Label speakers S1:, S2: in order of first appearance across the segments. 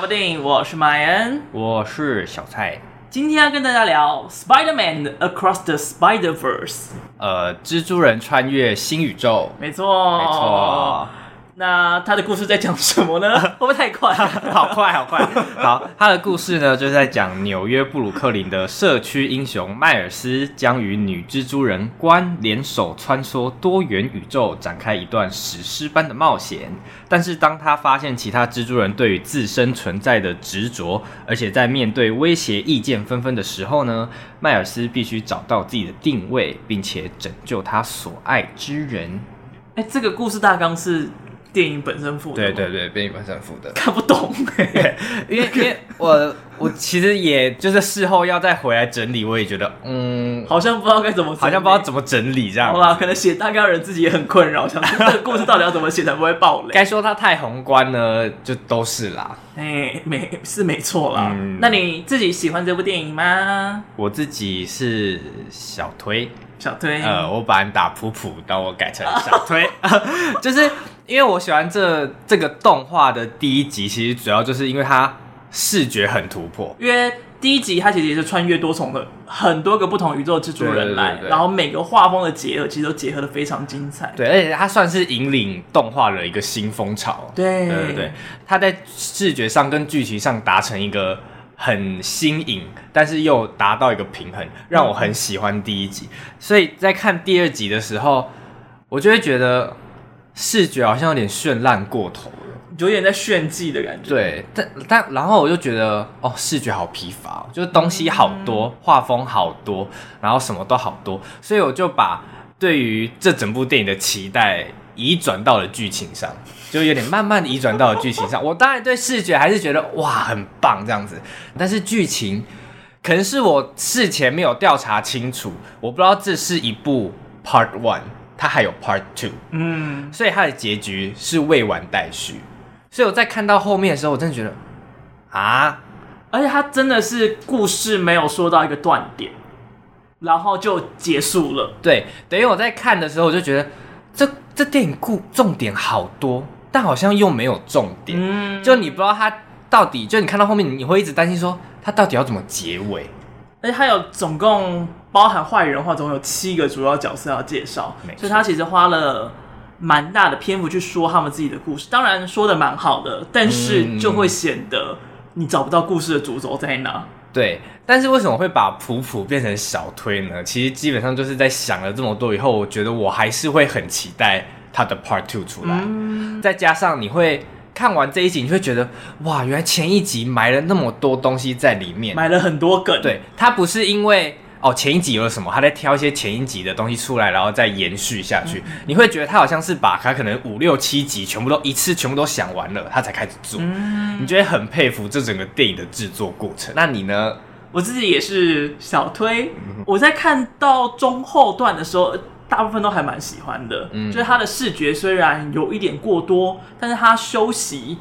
S1: 部电影，我是马恩。
S2: 我是小蔡。
S1: 今天要跟大家聊《Spider-Man Across the Spider-Verse》。
S2: 呃，蜘蛛人穿越新宇宙，
S1: 没错，
S2: 没错，
S1: 那他的故事在讲什么 呢？会不会太快？啊
S2: 好快，好快。好，他的故事呢，就是在讲纽约布鲁克林的社区英雄迈尔斯将与女蜘蛛人关联手穿梭多元宇宙，展开一段史诗般的冒险。但是当他发现其他蜘蛛人对于自身存在的执着，而且在面对威胁意见纷纷的时候呢，迈尔斯必须找到自己的定位，并且拯救他所爱之人。
S1: 哎，这个故事大纲是电影本身附的，
S2: 对，对对，被你们胜负的。
S1: 看不懂。
S2: 因 为因为我我其实也就是事后要再回来整理，我也觉得 嗯，
S1: 好像不知道该怎么，
S2: 好像不知道。怎么整理这样
S1: 好。啦，可能写大纲的人自己也很困扰，想 说这个故事到底要怎么写才不会爆雷？
S2: 该说它太宏观呢，就都是啦。
S1: 哎，没是没错啦。
S2: 嗯
S1: 那你自己喜欢这部电影吗？
S2: 我自己是小推，
S1: 小推，
S2: 呃，我把你打普普，但我改成小 推，就是因为我喜欢这这个动画的第一集，其实主要就是因为它视觉很突破，
S1: 因为第一集它其实也是穿越多重的很多个不同宇宙蜘蛛人来，
S2: 对对对对
S1: 然后每个画风的结合其实都结合的非常精彩。
S2: 对，而且它算是引领动画的一个新风潮。
S1: 对
S2: 对对对，它在视觉上跟剧情上达成一个很新颖，但是又达到一个平衡，让我很喜欢第一集。所以在看第二集的时候，我就会觉得视觉好像有点绚烂过头了。
S1: 有点在炫技的感觉。
S2: 对，但但然后我就觉得，哦，视觉好疲乏、哦，就是东西好
S1: 嗯
S2: 多，画风好多，然后什么都好多，所以我就把对于这整部电影的期待移转到了剧情上，就有点慢慢的移转到了 剧情上。我当然对视觉还是觉得哇很棒这样子，但是剧情可能是我事前没有调查清楚，我不知道这是一部 Part One，它还有 Part Two。
S1: 嗯，
S2: 所以它的结局是未完待续。所以我在看到后面的时候，我真的觉得啊，
S1: 而且它真的是故事没有说到一个断点，然后就结束了。
S2: 对，等于我在看的时候，我就觉得这这电影故重点好多，但好像又没有重点。
S1: 嗯，
S2: 就你不知道它到底，就你看到后面，你会一直担心说它到底要怎么结尾。
S1: 而且它有总共包含坏人的话，总共有七个主要角色要介绍
S2: 没，错
S1: 所以它其实花了。蛮大的篇幅去说他们自己的故事，当然说的蛮好的，但是
S2: 嗯
S1: 就会显得你找不到故事的主轴在哪。
S2: 对，但是为什么会把普普变成小推呢？其实基本上就是在想了这么多以后，我觉得我还是会很期待它的 Part Two 出来。再加上你会看完这一集，你会觉得哇，原来前一集埋了那么多东西在里面。
S1: 买了很多梗，，
S2: 对，它不是因为哦前一集有什么，他在挑一些前一集的东西出来，然后再延续下去。你会觉得他好像是把他可能五六七集全部都一次全部都想完了，他才开始做。你就会很佩服这整个电影的制作过程。嗯那你呢？
S1: 我自己也是小推。
S2: 嗯
S1: 我在看到中后段的时候，大部分都还蛮喜欢的。
S2: 嗯
S1: 就是它的视觉虽然有一点过多，但是它休息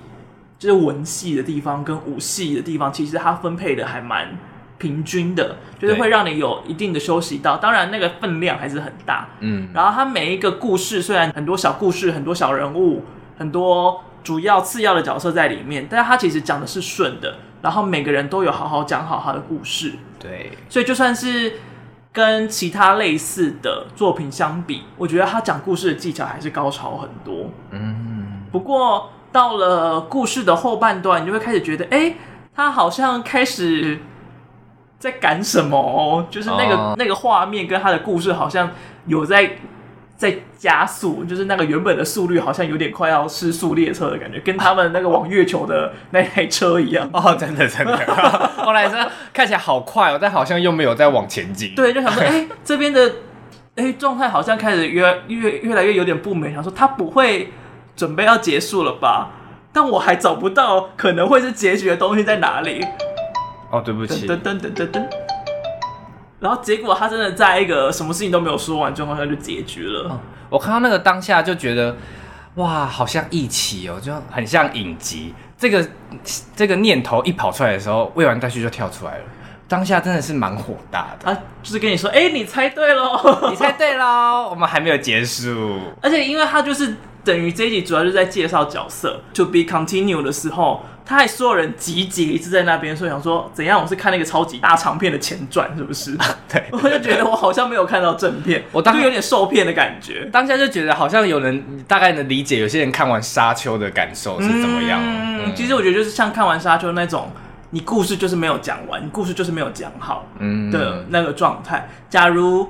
S1: 就是文戏的地方跟武戏的地方，其实它分配的还蛮平均的，就是
S2: 对
S1: 会让你有一定的休息到。当然，那个分量还是很大。
S2: 嗯，
S1: 然后它每一个故事虽然很多小故事、很多小人物、很多主要、次要的角色在里面，但是它其实讲的是顺的，然后每个人都有好好讲好他的故事，
S2: 对，
S1: 所以就算是跟其他类似的作品相比，我觉得他讲故事的技巧还是高超很多。
S2: 嗯，
S1: 不过到了故事的后半段，你就会开始觉得，哎、他好像开始在赶什么哦、就是那个、
S2: 哦
S1: 那个画面跟他的故事好像有在在加速，就是那个原本的速率好像有点快要失速列车的感觉，跟他们那个往月球的那台车一样。
S2: 哦，真的 真的，后来说看起来好快哦，但好像又没有在往前进。
S1: 对，就想 说，哎、这边的哎状态好像开始越越越来越有点不美，想说他不会准备要结束了吧？但我还找不到可能会是结局的东西在哪里。
S2: 哦，对不
S1: 噔
S2: 起，
S1: 噔噔噔噔噔。然后结果他真的在一个什么事情都没有说完状况下就结局了。
S2: 哦我看到那个当下就觉得，哇，好像一起哦，就很像影集。这个这个念头一跑出来的时候，未完待续就跳出来了。当下真的是蛮火大的。
S1: 他就是跟你说，哎、你猜对喽。
S2: 你猜对喽，我们还没有结束。
S1: 而且因为他就是等于这一集主要就是在介绍角色，to be continue 的时候，他还所有人集结一致在那边，所以想说怎样？我是看那个超级大长片的前传，是不是？
S2: 对，
S1: 我就觉得我好像没有看到正片，
S2: 我当
S1: 就有点受骗的感觉。
S2: 当下就觉得好像有人大概能理解有些人看完《沙丘》的感受是怎么样。
S1: 嗯，
S2: 嗯
S1: 其实我觉得就是像看完《沙丘》那种，你故事就是没有讲完，你故事就是没有讲好
S2: 嗯
S1: 的那个状态。假如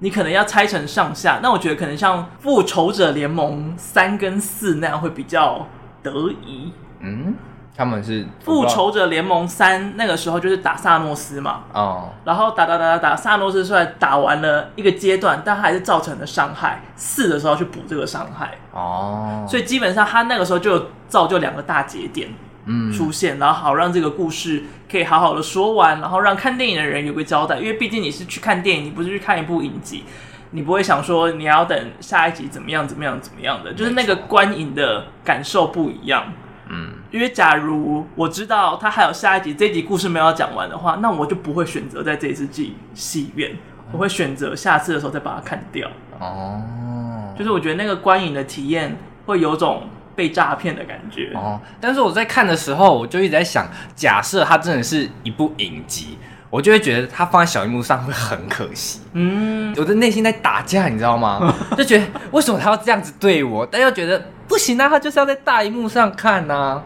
S1: 你可能要拆成上下，那我觉得可能像《复仇者联盟》三跟四那样会比较得宜。
S2: 嗯，他们是
S1: 《复仇者联盟三》那个时候就是打萨诺斯嘛，
S2: 哦，
S1: 然后打打打打打，萨诺斯虽然打完了一个阶段，但他还是造成了伤害。四的时候去补这个伤害，
S2: 哦，
S1: 所以基本上他那个时候就造就两个大节点
S2: 嗯
S1: 出现，然后好让这个故事可以好好的说完，然后让看电影的人有个交代。因为毕竟你是去看电影，你不是去看一部影集，你不会想说你要等下一集怎么样怎么样怎么样的，就是那个观影的感受不一样。
S2: 嗯
S1: 因为假如我知道他还有下一集，这一集故事没有要讲完的话，那我就不会选择在这一次进戏院，我会选择下次的时候再把它看掉。
S2: 哦
S1: 就是我觉得那个观影的体验会有种被诈骗的感觉。
S2: 哦，但是我在看的时候，我就一直在想，假设它真的是一部影集，我就会觉得它放在小荧幕上会很可惜。
S1: 嗯，
S2: 我的内心在打架，你知 道吗？就觉得为什么他要这样子对我，但又觉得不行啊，他就是要在大荧幕上看啊 呐、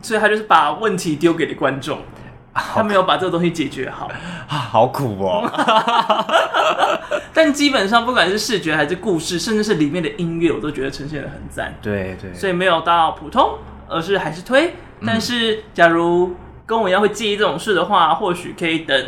S1: 所以他就是把问题丢给了观众，他
S2: 啊，
S1: 没有把这个东西解决好。
S2: 啊好苦哦。
S1: 但基本上不管是视觉还是故事，甚至是里面的音乐，我都觉得呈现的很赞。
S2: 对对，
S1: 所以没有到普通，而是还是推。
S2: 嗯
S1: 但是假如跟我一样会介意这种事的话，或许可以等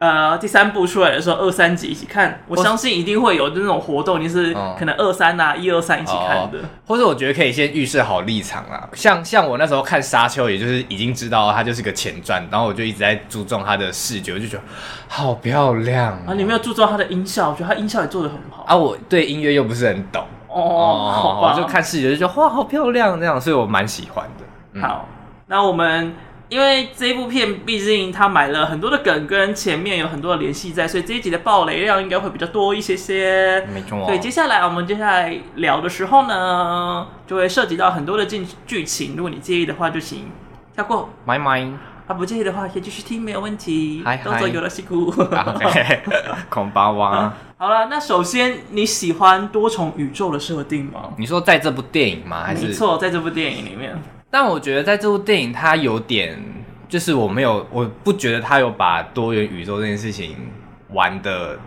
S1: 呃第三部出来的时候，二三集一起看。我
S2: 或是
S1: 相信一定会有那种活动，就是
S2: 哦
S1: 可能二三啊一二三一起看的。
S2: 哦或者我觉得可以先预设好立场啦。像像我那时候看《沙丘》，也就是已经知道它就是个前传，然后我就一直在注重它的视觉，我就觉得好漂亮哦、
S1: 啊，你没有注重它的音效，我觉得它音效也做得很好。
S2: 啊，我对音乐又不是很懂
S1: 哦，好吧，
S2: 我就看视觉就觉得哇，好漂亮这样，所以我蛮喜欢的。嗯，
S1: 好，那我们因为这一部片，毕竟它买了很多的梗，跟前面有很多的联系在，所以这一集的爆雷量应该会比较多一些些。
S2: 没错哦
S1: 对，接下来我们接下来聊的时候呢，就会涉及到很多的剧剧情，如果你介意的话，就请跳过。
S2: 买买，
S1: 啊，不介意的话可以继续听，没有问题
S2: 嗨。
S1: 动作
S2: 嗨
S1: 有了辛苦。
S2: 啊嘿 嘿孔巴哇，
S1: 好了，那首先你喜欢多重宇宙的设定吗？
S2: 你说在这部电影吗？还
S1: 没
S2: 是
S1: 错，在这部电影里面，
S2: 但我觉得在这部电影，它有点，就是我没有，我不觉得它有把多元宇宙这件事情玩的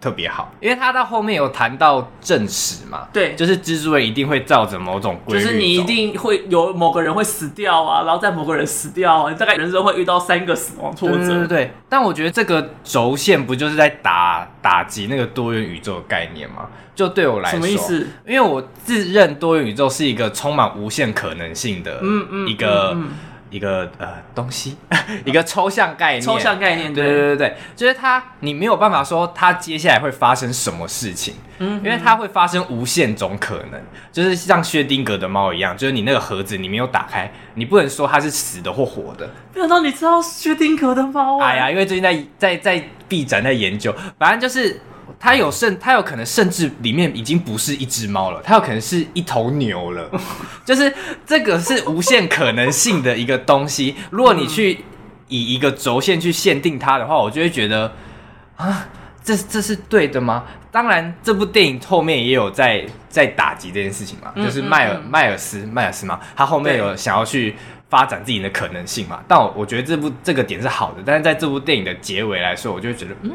S2: 特别好，因为它到后面有谈到证实嘛，
S1: 对，
S2: 就是蜘蛛人一定会照着某种
S1: 就
S2: 规律走，
S1: 是你一定会有某个人会死掉啊，然后再某个人死掉啊，你大概人生会遇到三个死亡挫
S2: 对对对
S1: 折。
S2: 对。但我觉得这个轴线不就是在打打击那个多元宇宙的概念吗？就对我来
S1: 什
S2: 说，
S1: 么意思？
S2: 因为我自认多元宇宙是一个充满无限可能性的
S1: 嗯嗯
S2: 一个、
S1: 嗯嗯
S2: 一个呃东西， 一个抽象概念。
S1: 抽象概念，
S2: 对对对对，就是它，你没有办法说它接下来会发生什么事情，
S1: 嗯
S2: 因为它会发生无限种可能，就是像薛丁格的猫一样，就是你那个盒子你没有打开，你不能说它是死的或活的。
S1: 没想到你知道薛定谔的猫啊！
S2: 哎呀，因为最近在在在 B 展在研究，反正就是它有甚，它有可能甚至里面已经不是一只猫了，它有可能是一头 牛了，就是这个是无限可能性的一个东西。如果你去以一个轴线去限定它的话，我就会觉得啊，这这是对的吗？当然，这部电影后面也有在在打击这件事情嘛，
S1: 嗯
S2: 就是
S1: 嗯
S2: 迈尔、
S1: 嗯
S2: 迈尔斯迈尔斯嘛，他后面
S1: 对
S2: 有想要去发展自己的可能性嘛。但我我觉得这部这个点是好的，但是在这部电影的结尾来说，我就会觉得嗯，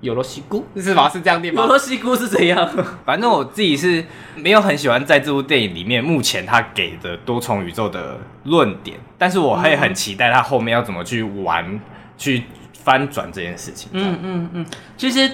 S2: 有了西姑 是吧？是这样的
S1: 有
S2: 吗？
S1: 罗西姑是怎样？
S2: 反正我自己是没有很喜欢在这部电影里面目前他给的多重宇宙的论点，但是我会很期待他后面要怎么去玩、去翻转这件事情。嗯，
S1: 嗯嗯嗯，其实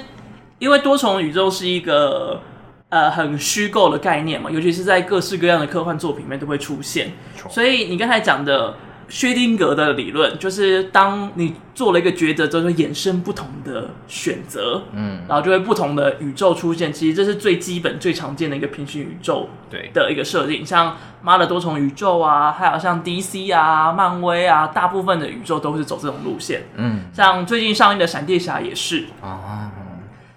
S1: 因为多重宇宙是一个呃很虚构的概念嘛，尤其是在各式各样的科幻作品里面都会出现。
S2: 错
S1: 所以你刚才讲的薛定谔的理论，就是当你做了一个抉择之后，就衍生不同的选择，
S2: 嗯，
S1: 然后就会不同的宇宙出现。其实这是最基本、最常见的一个平行宇宙
S2: 对，
S1: 的一个设定，像《妈的多重宇宙》啊，还有像 DC 啊、漫威啊，大部分的宇宙都是走这种路线。
S2: 嗯，
S1: 像最近上映的《闪电侠》也是，
S2: 哦，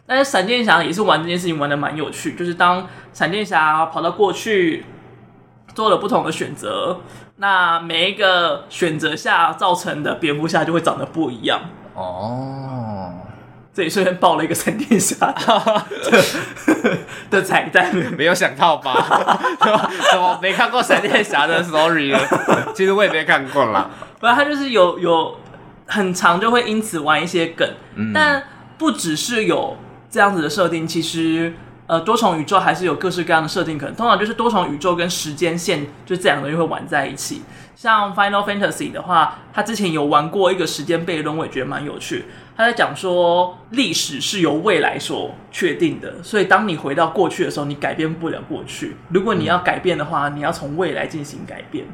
S1: 但是闪电侠也是玩这件事情玩的蛮有趣，就是当闪电侠跑到过去做了不同的选择，那每一个选择下造成的蝙蝠侠就会长得不一样。
S2: 哦，
S1: 这里顺便爆了一个闪电侠的 的彩蛋，
S2: 没有想到吧？ 怎么怎么没看过闪电侠的 story 呢？其实我也没看过啦。
S1: 不然他就是有有很长就会因此玩一些梗，但不只是有这样子的设定，其实呃多重宇宙还是有各式各样的设定可能。通常就是多重宇宙跟时间线就这两个东西会玩在一起。像 Final Fantasy 的话，他之前有玩过一个时间悖论，我也觉得蛮有趣。他在讲说历史是由未来所确定的，所以当你回到过去的时候，你改变不了过去。如果你要改变的话，你要从未来进行改变。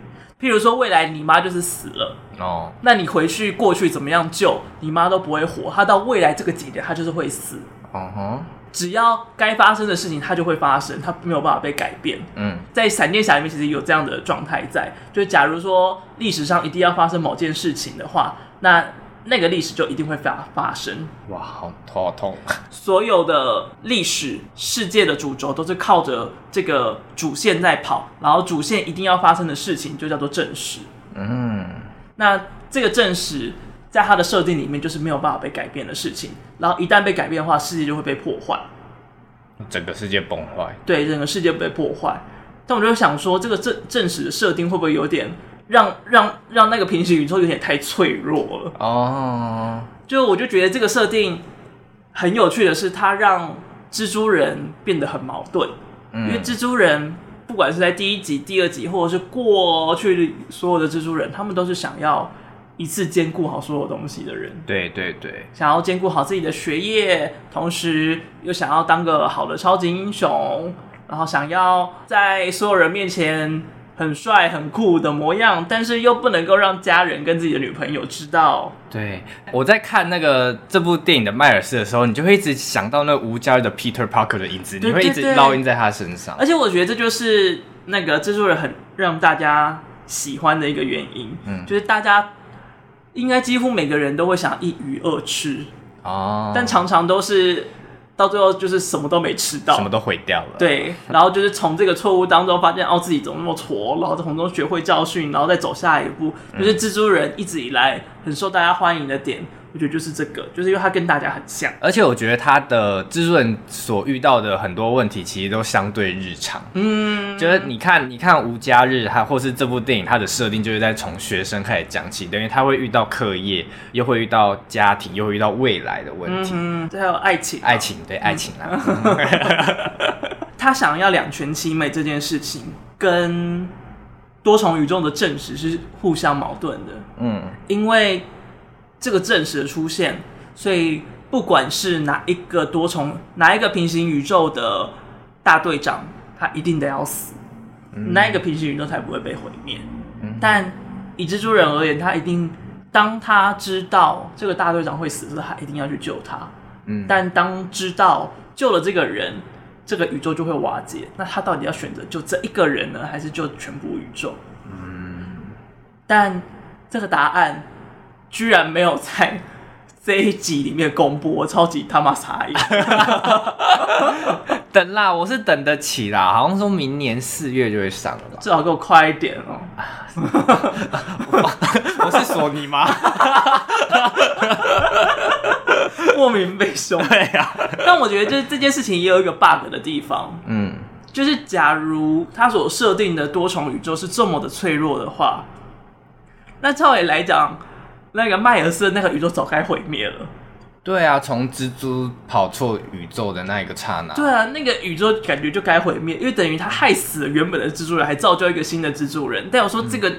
S1: 譬如说，未来你妈就是死了，
S2: 哦，
S1: 那你回去过去怎么样救你妈都不会活，她到未来这个节点她就是会死。
S2: 嗯哼，
S1: 只要该发生的事情，它就会发生，它没有办法被改变。
S2: 嗯
S1: 在闪电侠里面，其实有这样的状态在，就假如说历史上一定要发生某件事情的话，那那个历史就一定会发发生。
S2: 哇，好头好痛。
S1: 所有的历史世界的主轴都是靠着这个主线在跑，然后主线一定要发生的事情就叫做正史。
S2: 嗯，
S1: 那这个正史在它的设定里面就是没有办法被改变的事情，然后一旦被改变的话，世界就会被破坏，
S2: 整个世界崩坏。
S1: 对，整个世界被破坏。但我就想说，这个正正史的设定会不会有点让让让那个平行宇宙有点太脆弱了？
S2: 哦，
S1: 就我就觉得这个设定很有趣的是，它让蜘蛛人变得很矛盾，因为
S2: 嗯
S1: 蜘蛛人不管是在第一集、第二集，或者是过去所有的蜘蛛人，他们都是想要一次兼顾好所有东西的人。
S2: 对对对，
S1: 想要兼顾好自己的学业，同时又想要当个好的超级英雄，然后想要在所有人面前很帅很酷的模样，但是又不能够让家人跟自己的女朋友知道。
S2: 对，我在看那个这部电影的迈尔斯的时候，你就会一直想到那无家的 Peter Parker 的影子，
S1: 对
S2: 你会一直
S1: 对对哎
S2: 烙印在他身上。
S1: 而且我觉得这就是那个蜘蛛人很让大家喜欢的一个原因，
S2: 嗯
S1: 就是大家应该几乎每个人都会想一鱼二吃，
S2: 哦，
S1: 但常常都是到最后就是什么都没吃到，
S2: 什么都毁掉了。，
S1: 对，然后就是从这个错误当中发现哦自己怎么那么挫，然后从中学会教训，然后再走下一步。
S2: 嗯
S1: 就是蜘蛛人一直以来很受大家欢迎的点，我觉得就是这个，就是因为他跟大家很像。
S2: 而且我觉得他的蜘蛛人所遇到的很多问题，其实都相对日常。
S1: 嗯，
S2: 就是你看，你看《无家日》它或是这部电影，它的设定就是在从学生开始讲起，等于他会遇到课业，又会遇到家庭，又会遇到未来的问题，
S1: 嗯，这还有爱情，
S2: 爱，情对爱情啦，
S1: 他想要两全其美这件事情，跟多重宇宙的证实是互相矛盾的。
S2: 嗯，
S1: 因为这个证实的出现，所以不管是哪一个多重、哪一个平行宇宙的大队长，他一定得要死，那一个平行宇宙才不会被毁灭。但以蜘蛛人而言，他一定当他知道这个大队长会死的时候，他一定要去救他。
S2: 嗯
S1: 但当知道救了这个人，这个宇宙就会瓦解。那他到底要选择救这一个人呢，还是救全部宇宙？嗯，但这个答案居然没有在这一集里面公布，我超级他妈傻眼。
S2: 等啦，我是等得起啦，好像说明年四月就会上了吧？
S1: 最好给我快一点哦！
S2: 我是索尼吗？
S1: 莫名被凶。
S2: 对啊呀、
S1: 但我觉得就是这件事情也有一个 bug 的地方，
S2: 嗯，
S1: 就是假如它所设定的多重宇宙是这么的脆弱的话，那照理来讲，那个迈尔斯的那个宇宙早该毁灭了。
S2: 对啊，从蜘蛛跑错宇宙的那一个刹那，
S1: 对啊，那个宇宙感觉就该毁灭，因为等于他害死了原本的蜘蛛人，还造就一个新的蜘蛛人。但我说这个、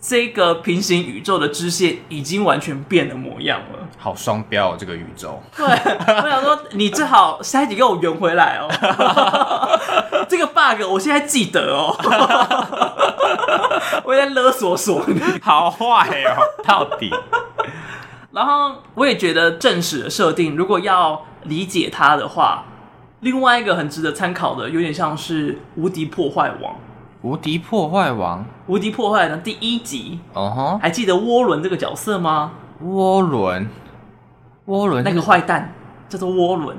S1: 这个平行宇宙的支线已经完全变了模样了。
S2: 好双标、哦、这个宇宙。
S1: 对，我想说你最好下一集给我圆回来哦。这个 bug 我现在记得哦， 我在勒索索你。
S2: 好坏哦，到底，
S1: 然后我也觉得正史的设定，如果要理解它的话，另外一个很值得参考的，有点像是《无敌破坏王》。
S2: 无敌破坏王，
S1: 《无敌破坏》的第一集，
S2: 哦吼，
S1: 还记得涡轮这个角色吗？
S2: 涡轮，涡轮
S1: 那个坏蛋叫做涡轮，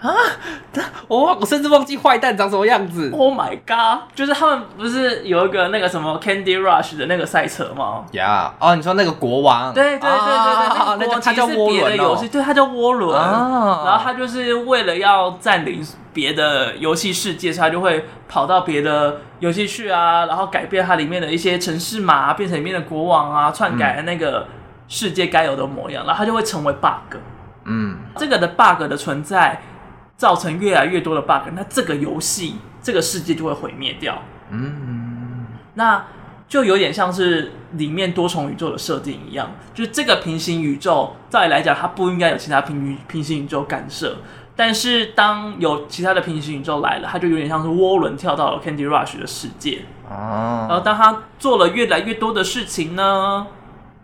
S2: 我哦忘我甚至忘记坏蛋长什么样子。
S1: Oh my god！就是他们不是有一个那个什么 Candy Rush 的那个赛车吗？
S2: 呀，哦，你说那个国王？啊
S1: 对对对对对，
S2: 那
S1: 个
S2: 叫
S1: 国
S2: 他
S1: 旗
S2: 叫
S1: 是
S2: 涡
S1: 别的
S2: 轮
S1: 游戏，
S2: 哦。
S1: 对，它叫涡轮。
S2: 啊
S1: 然后他就是为了要占领别的游戏世界，所以他就会跑到别的游戏去啊，然后改变它里面的一些城市码、变成里面的国王啊，篡
S2: 嗯
S1: 改那个世界该有的模样，然后它就会成为 bug。
S2: 嗯，
S1: 这个的 bug 的存在，造成越来越多的 bug，那这个游戏、这个世界就会毁灭掉。
S2: 嗯，
S1: 那就有点像是里面多重宇宙的设定一样，就是这个平行宇宙，照理来讲，它不应该有其他平行平行宇宙干涉。但是当有其他的平行宇宙来了，它就有点像是涡轮跳到了 Candy Rush 的世界。然
S2: 哦，
S1: 后当他做了越来越多的事情呢，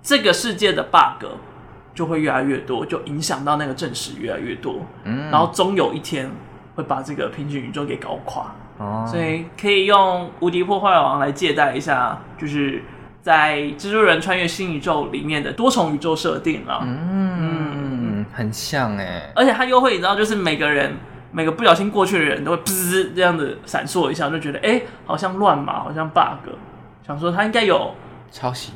S1: 这个世界的 bug 就会越来越多，就影响到那个正史越来越多。
S2: 嗯
S1: 然后终有一天会把这个平行宇宙给搞垮。
S2: 哦，
S1: 所以可以用《无敌破坏王》来借代一下，就是在《蜘蛛人穿越新宇宙》里面的多重宇宙设定了。
S2: 嗯，很像哎。
S1: 而且它又会，你知道，就是每个人每个不小心过去的人都会 滋这样子闪烁一下，就觉得哎、诶好像乱码，好像 bug，想说它应该有
S2: 抄袭？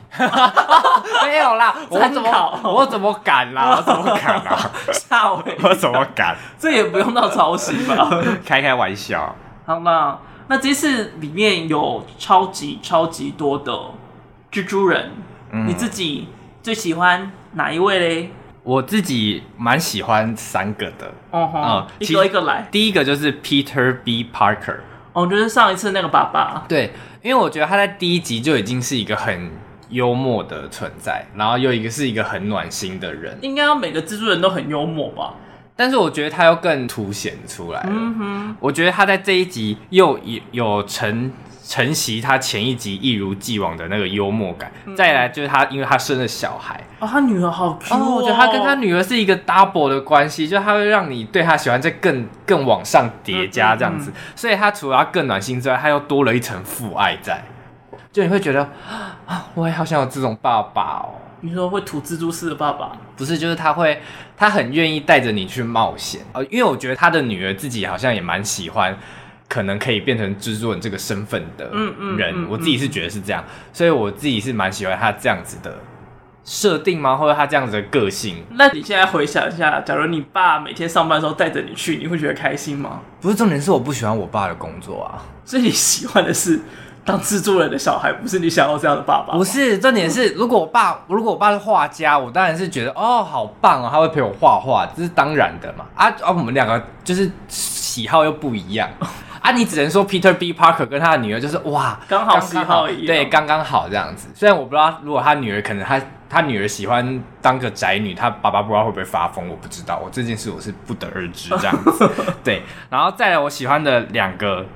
S2: 没有啦，我怎
S1: 参考
S2: 么我怎么敢啦？我怎么敢 啦？
S1: 吓我一跳，
S2: 我怎么敢？
S1: 这也不用到抄袭吧？
S2: 开开玩笑。
S1: 好啦，那这次里面有超级超级多的蜘蛛人，
S2: 嗯
S1: 你自己最喜欢哪一位嘞？
S2: 我自己蛮喜欢三个的，
S1: 哦吼
S2: 哦，
S1: 一
S2: 其
S1: 个一
S2: 实
S1: 个来。
S2: 第一个就是 Peter B. Parker，
S1: 哦，就是上一次那个爸爸，
S2: 对，因为我觉得他在第一集就已经是一个很幽默的存在，然后又一个是一个很暖心的人，
S1: 应该要每个蜘蛛人都很幽默吧？
S2: 但是我觉得他又更凸显出来了。
S1: 嗯
S2: 我觉得他在这一集又有有承承袭他前一集一如既往的那个幽默感，再来就是他因为他生了小孩，
S1: 哼，哦，他女儿好 Q
S2: 哦，我觉得他跟他女儿是一个 double 的关系，就他会让你对他喜欢再更更往上叠加这
S1: 嗯
S2: 样子，所以他除了要更暖心之外，他又多了一层父爱在，就你会觉得啊，我也好想有这种爸爸哦。
S1: 你说会吐蜘蛛丝的爸爸，
S2: 不是，就是他会，他很愿意带着你去冒险，呃，因为我觉得他的女儿自己好像也蛮喜欢，可能可以变成蜘蛛人这个身份的人，
S1: 嗯嗯嗯
S2: 我自己是觉得是这样，所以我自己是蛮喜欢他这样子的设定吗？或者他这样子的个性，
S1: 那你现在回想一下，假如你爸每天上班的时候带着你去，你会觉得开心吗？
S2: 不是重点是我不喜欢我爸的工作啊，
S1: 所以你喜欢的是当蜘蛛人的小孩，不是你想要这样的爸爸。
S2: 不是重点是，如果我爸如果我爸是画家，我当然是觉得哦好棒哦，他会陪我画画，这是当然的嘛啊啊，我们两个就是喜好又不 一样啊，你只能说 Peter B Parker 跟他的女儿就是哇
S1: 刚好喜好一样
S2: 对刚刚好这样子，虽然我不知道如果他女儿可能他他女儿喜欢当个宅女，他爸爸不知道会不会发疯，我不知道，我这件事我是不得而知这样 子，对，然后再来我喜欢的两个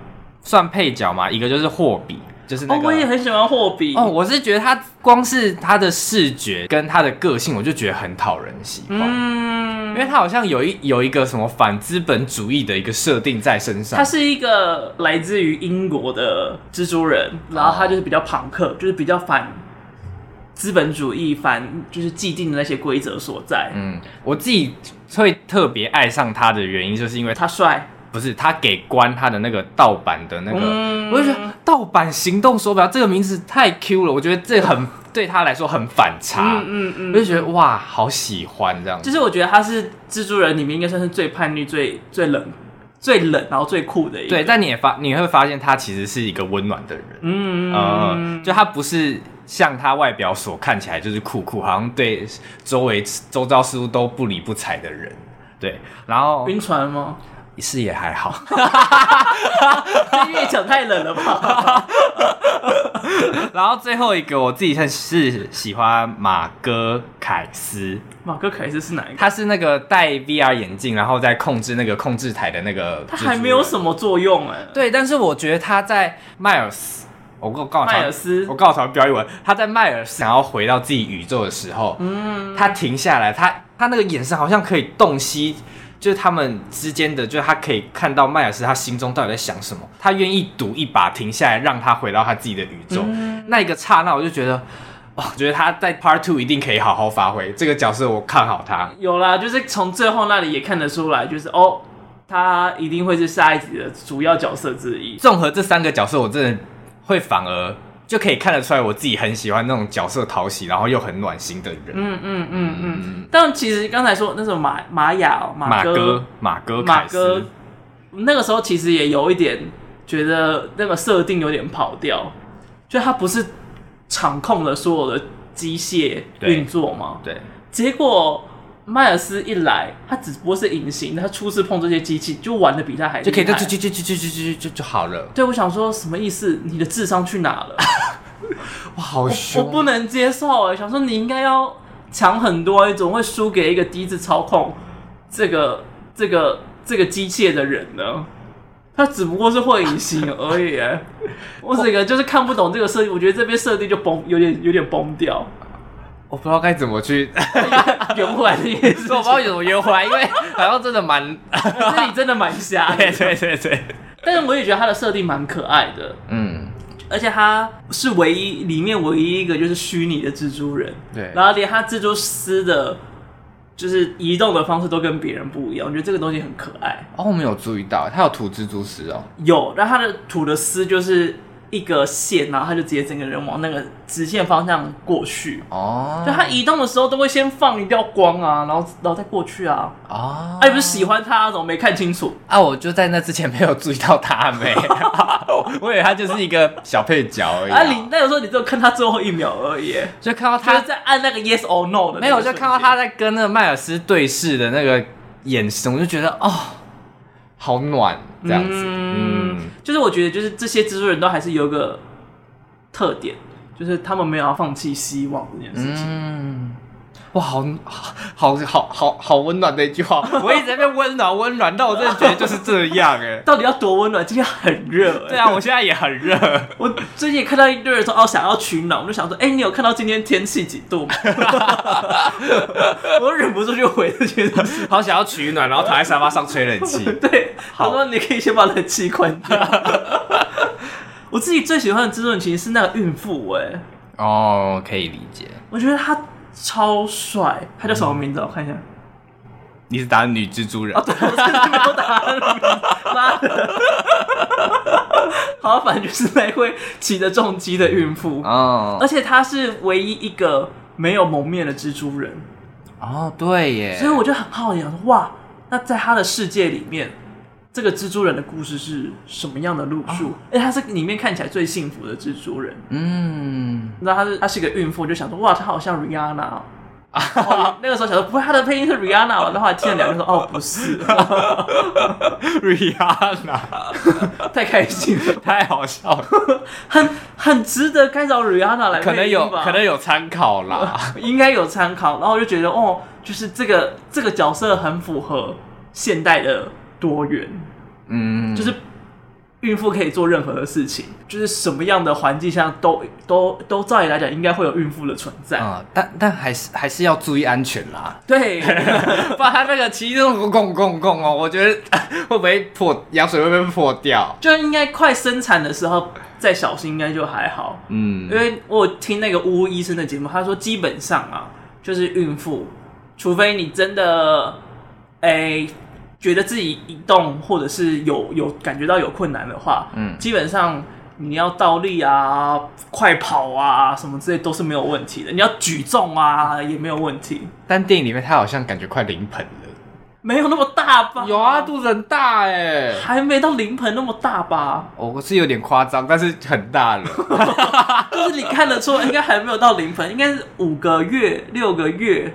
S2: 算配角嘛，一个就是霍比。就是那
S1: 哦，
S2: 个、
S1: 我也很喜欢霍比。
S2: 哦，我是觉得他光是他的视觉跟他的个性，我就觉得很讨人喜欢，因
S1: 嗯，
S2: 为他好像有一有一个什么反资本主义的一个设定在身上
S1: 他。是一个来自于英国的蜘蛛人，然后他就是比较朋克，就是比较反资本主义、反就是既定的那些规则所在。
S2: 嗯，我自己会特别爱上他的原因，就是因为他
S1: 他帅，
S2: 不是他给官他的那个盗版的那个，
S1: 嗯
S2: 我就觉得盗版行动手表这个名字太 Q 了，我觉得这很对他来说很反差，
S1: 嗯嗯嗯，
S2: 我就觉得哇，好喜欢这样子。
S1: 就是我觉得他是蜘蛛人里面应该算是最叛逆、最最冷、最冷，然后最酷的一个。
S2: 对，但你也发你会发现他其实是一个温暖的人。
S1: 嗯，
S2: 呃，
S1: 嗯，
S2: 就他不是像他外表所看起来就是酷酷，好像对周围周遭事物都不理不睬的人。对，然后
S1: 晕船 吗？
S2: 是也 还好，
S1: 这越讲太冷了吧？
S2: 然后最后一个我自己很是喜欢马哥凯斯，
S1: 马克凯斯是哪一个？
S2: 他是那个戴 VR 眼镜，然后在控制那个控制台的那个，
S1: 他还没有什
S2: 么。
S1: 么作用哎、
S2: 对，但是我觉得他在迈尔斯，我告告诉他
S1: 迈尔斯
S2: 我告诉他标一文，他在迈尔斯想要回到自己宇宙的时候，
S1: 嗯
S2: 他停下来，他他那个眼神好像可以洞悉，就是他们之间的，就是他可以看到迈尔斯他心中到底在想什么，他愿意赌一把，停下来让他回到他自己的宇宙，
S1: 嗯
S2: 那一个刹那我就觉得。哇，我觉得他在 Part Two 一定可以好好发挥这个角色，我看好他。
S1: 有啦，就是从最后那里也看得出来，就是哦，他一定会是下一集的主要角色之一。
S2: 综合这三个角色，我真的会反而就可以看得出来，我自己很喜欢那种角色讨喜，然后又很暖心的人。
S1: 嗯嗯嗯嗯。但其实刚才说那什么玛玛雅、哦、
S2: 马
S1: 哥
S2: 哥，马哥，
S1: 马
S2: 凯
S1: 哥
S2: 斯，，
S1: 那个时候其实也有一点觉得那个设定有点跑掉，就他不是场控了所有的机械
S2: 对
S1: 运作吗？
S2: 对，
S1: 结果迈尔斯一来，他只不过是隐形，他初次碰这些机器就玩的比他还厉害
S2: 就可以就就就就就就就就就好了。
S1: 对，我想说什么意思？你的智商去哪了？
S2: 哇，好
S1: 我
S2: 凶！
S1: 不能接受哎、想说你应该要强很多，你怎么会输给一个第一次操控这个这个这个机械的人呢？他只不过是会隐形而已、欸，我整个就是看不懂这个设定，我觉得这边设定就崩，有点有点崩掉，
S2: 我不知道该怎么去，
S1: 圆回来的意思
S2: 说我不知道有什么约会啊，因 为好像真的蛮……
S1: 这里真的蛮瞎
S2: 对
S1: 的，
S2: 对对对，
S1: 但是我也觉得他的设定蛮可爱的，
S2: 嗯，
S1: 而且他是唯一里面唯一一个就是虚拟的蜘蛛人，
S2: 对
S1: 然后连他蜘蛛丝的，就是移动的方式都跟别人不一样，我觉得这个东西很可爱。
S2: 哦，我们有注意到，他有吐蜘蛛丝哦，
S1: 有，然后他的吐的丝就是一个线，然后他就直接整个人往那个直线方向过去。
S2: 哦，
S1: 就他移动的时候都会先放一道光啊，然后然后再过去啊。
S2: 哦，
S1: 哎、不是喜欢他，怎么没看清楚？
S2: 啊，我就在那之前没有注意到他没， 我以为他就是一个小配角而已啊、
S1: 啊，你那个时候你只有看他最后一秒而已，
S2: 就看到
S1: 他
S2: 他
S1: 在按那个 yes or no 的那个瞬间。
S2: 没有，就看到他在跟那个迈尔斯对视的那个眼神，我就觉得哦，好暖这样子，嗯
S1: 嗯，就是我觉得就是这些蜘蛛人都还是有一个特点，就是他们没有要放弃希望这件事情。
S2: 嗯，哇，好好好好好温暖的一句话， 我一直在被温暖温暖，但我真的觉得就是这样哎、
S1: 到底要多温暖？今天很热、欸。
S2: 对啊，，我现在也很热，
S1: 我最近也看到一堆人说哦想要取暖，我就想说，哎、你有看到今天天气几度吗？ 我忍不住就回这件事情。
S2: 好想要取暖，然后躺在沙发上吹冷气。
S1: 对，他
S2: 好
S1: 说你可以先把冷气关 掉。我自己最喜欢的蜘蛛人其实是那个孕妇，哎，
S2: 哦，可以理解。
S1: 我觉得他超帅，他叫什么名字啊？我看一下。
S2: 你是打女 蜘蛛人，
S1: 没有打他的名字妈的！ 好，反正就是那位骑着重机的孕妇，
S2: 哦
S1: 而且她是唯一一个没有蒙面的蜘蛛人，
S2: 哦，对耶，
S1: 所以我就很好奇，想说哇，那在她的世界里面，这个蜘蛛人的故事是什么样的路数？哎、她是里面看起来最幸福的蜘蛛人，
S2: 嗯，
S1: 那她是她是一个孕妇，就想说哇，她好像 Rihanna 哦。哦那个时候想说不会，她的配音是 Rihanna 吧？然后还听了两个说哦，不是，
S2: 瑞安娜
S1: 太开心了。
S2: 太好笑了，
S1: 很很值得该找 Rihanna 来配音吧，
S2: 可能有可能有参考啦。
S1: 应该有参考。然后我就觉得，哦，就是这个这个角色很符合现代的多元，
S2: 嗯，
S1: 就是孕妇可以做任何的事情，就是什么样的环境下都都都照理来讲应该会有孕妇的存在。
S2: 啊、但但还是还是要注意安全啦，
S1: 对，
S2: 不然他那个骑那种拱拱拱哦，我觉得会不会破羊水会不会破掉？
S1: 就应该快生产的时候再小心，应该就还好。
S2: 嗯
S1: 因为我有听那个呜呜医生的节目，他说基本上啊，就是孕妇，除非你真的，哎、觉得自己移动或者是有有感觉到有困难的话，
S2: 嗯
S1: 基本上你要倒立啊、快跑啊什么之类都是没有问题的，你要举重啊也没有问题，
S2: 但电影里面他好像感觉快临盆了，
S1: 没有那么大吧？
S2: 有啊，，肚子很大哎、
S1: 还没到临盆那么大吧？
S2: 哦我是有点夸张，但是很大了。
S1: 就是你看得出，应该还没有到临盆，应该是五个月、六个月。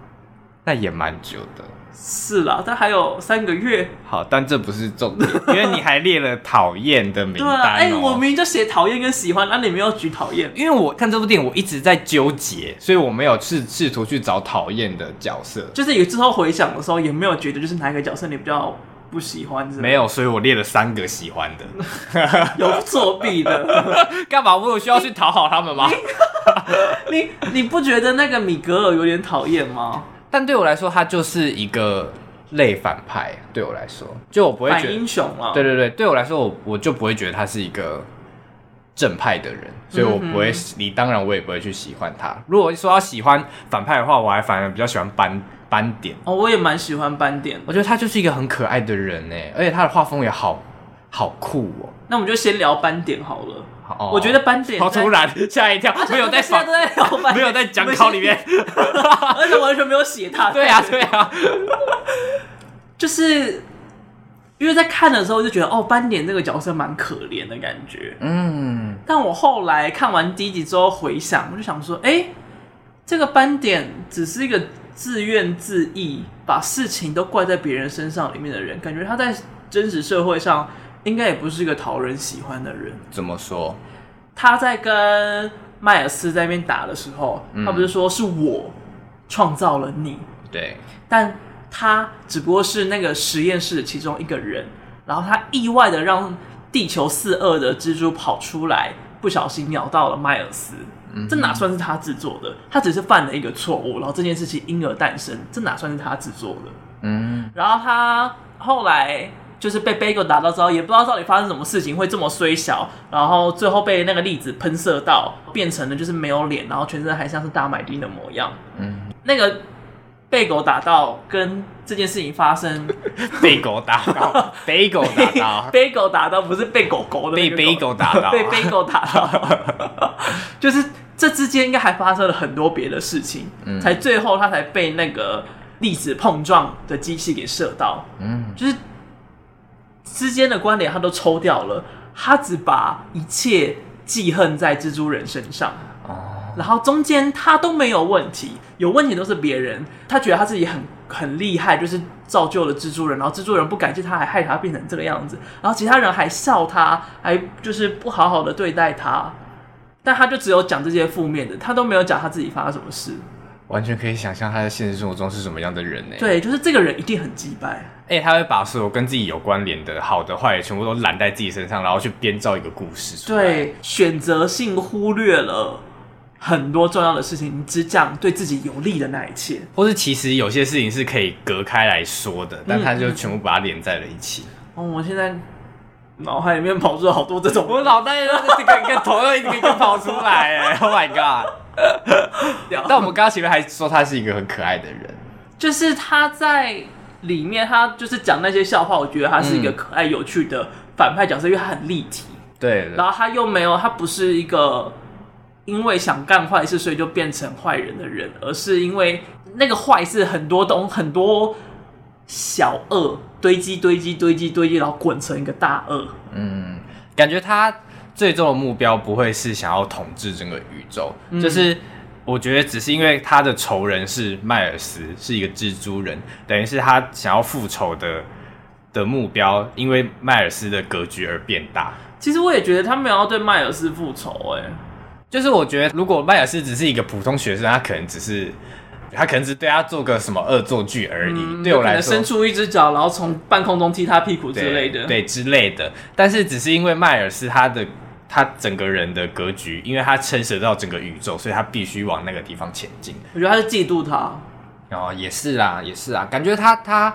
S2: 那也蛮久的。
S1: 是啦，但还有三个月，
S2: 好，但这不是重点，因为你还列了讨厌的名
S1: 对
S2: 单、哦。
S1: 啊，哎、我明明就写讨厌跟喜欢，啊那、你们要举讨厌，
S2: 因为我看这部电影，我一直在纠结，所以我没有试试图去找讨厌的角色，
S1: 就是有之后回想的时候，也没有觉得就是哪一个角色你比较不喜欢，
S2: 没
S1: 有
S2: 有，所以我列了三个喜欢的。
S1: 有作弊的。
S2: 干嘛？我有需要去讨好他们吗？
S1: 你你不觉得那个米格尔有点讨厌吗？
S2: 但对我来说，他就是一个类反派。对我来说，就我不会
S1: 反
S2: 觉得
S1: 英，雄啊，
S2: 对对对，对我来说，我我就不会觉得他是一个正派的人，所以我不
S1: 嗯
S2: 会，你当然我也不会去喜欢他。如果说要喜欢反派的话，我还反而比较喜欢班斑点，
S1: 哦，我也蛮喜欢斑点的。
S2: 我觉得他就是一个很可爱的人哎，而且他的画风也好好酷哦。
S1: 那我们就先聊斑点好了。啊
S2: 好哦
S1: 我觉得斑点
S2: 好
S1: 在
S2: 突，然， 吓一跳，没有在
S1: 现在
S2: 仿
S1: 都，在聊斑点，
S2: 没有在 讲考里面。
S1: 而且完全没有写他。
S2: 对啊，对啊，
S1: 就是因为在看的时候就觉得哦，斑点这个角色蛮可怜的感觉。
S2: 嗯，
S1: 但我后来看完第一集之后回想，我就想说，哎、这个斑点只是一个自怨自艾，把事情都怪在别人身上里面的人，感觉他在真实社会上应该也不是一个讨人喜欢的人。
S2: 怎么说？
S1: 他在跟迈尔斯在那边打的时候，他不是说是我创造了你，
S2: 对，
S1: 但他只不过是那个实验室的其中一个人，然后他意外的让地球四二的蜘蛛跑出来，不小心咬到了迈尔斯。这哪算是他制作的？他只是犯了一个错误，然后这件事情因而诞生，这哪算是他制作的？
S2: 嗯，
S1: 然后他后来就是被 Bagel 打到之后，也不知道到底发生什么事情会这么衰小，然后最后被那个粒子喷射到，变成了就是没有脸，然后全身还像是大麦丁的模样。
S2: 嗯，
S1: 那个被狗打到跟这件事情发生，
S2: 被狗打到， 被狗打到，
S1: 被狗打到不是被狗狗的那
S2: 被
S1: 个
S2: 被狗打到，啊
S1: 被被狗打到， 就是这之间应该还发生了很多别的事情，
S2: 嗯
S1: 才最后他才被那个粒子碰撞的机器给射到。
S2: 嗯，
S1: 就是之间的关联他都抽掉了，他只把一切记恨在蜘蛛人身上。
S2: 哦，
S1: 然后中间他都没有问题，有问题都是别人。他觉得他自己很很厉害，就是造就了蜘蛛人，然后蜘蛛人不感谢他，还害他变成这个样子。然后其他人还笑他，还就是不好好的对待他。但他就只有讲这些负面的，他都没有讲他自己发生什么事。
S2: 完全可以想象他在现实生活中是什么样的人呢？，
S1: 对，就是这个人一定很击败。
S2: 哎，他会把所有跟自己有关联的好的、坏的，全部都揽在自己身上，然后去编造一个故事出来。，
S1: 对，选择性忽略了很多重要的事情，你只讲对自己有利的那一切。
S2: 或是其实有些事情是可以隔开来说的，但他就全部把它连在了一起。
S1: 哦，我现在脑海里面跑出了好多这种
S2: 我脑袋都这个一个头又一个一个跑出来，哎 ，Oh my god！
S1: 料
S2: 但我们刚刚前面还说他是一个很可爱的人，
S1: 就是他在里面，他就是讲那些笑话，我觉得他是一
S2: 嗯
S1: 个可爱有趣的反派角色，因为他很立体，
S2: 对，
S1: 然后他又没有，他不是一个因为想干坏事所以就变成坏人的人，而是因为那个坏事很多东很多小恶堆积堆积堆积堆积，然后滚成一个大恶。
S2: 嗯，感觉他最终的目标不会是想要统治整个宇宙，就是我觉得只是因为他的仇人是迈尔斯，是一个蜘蛛人，等于是他想要复仇的的目标，因为迈尔斯的格局而变大。
S1: 其实我也觉得他没有要对迈尔斯复仇、哎，
S2: 就是我觉得，如果迈尔斯只是一个普通学生，他可能只是他可能只对他做个什么恶作剧而已。对
S1: 嗯
S2: 我
S1: 可
S2: 来
S1: 能
S2: 说，
S1: 伸出一只脚，然后从半空中踢他屁股之
S2: 对
S1: 类的。
S2: 对之类的。但是只是因为迈尔斯他的他整个人的格局，因为他牵涉到整个宇宙，所以他必须往那个地方前进。
S1: 我觉得他是嫉妒他。
S2: 然后也是啦，也是啊，感觉他他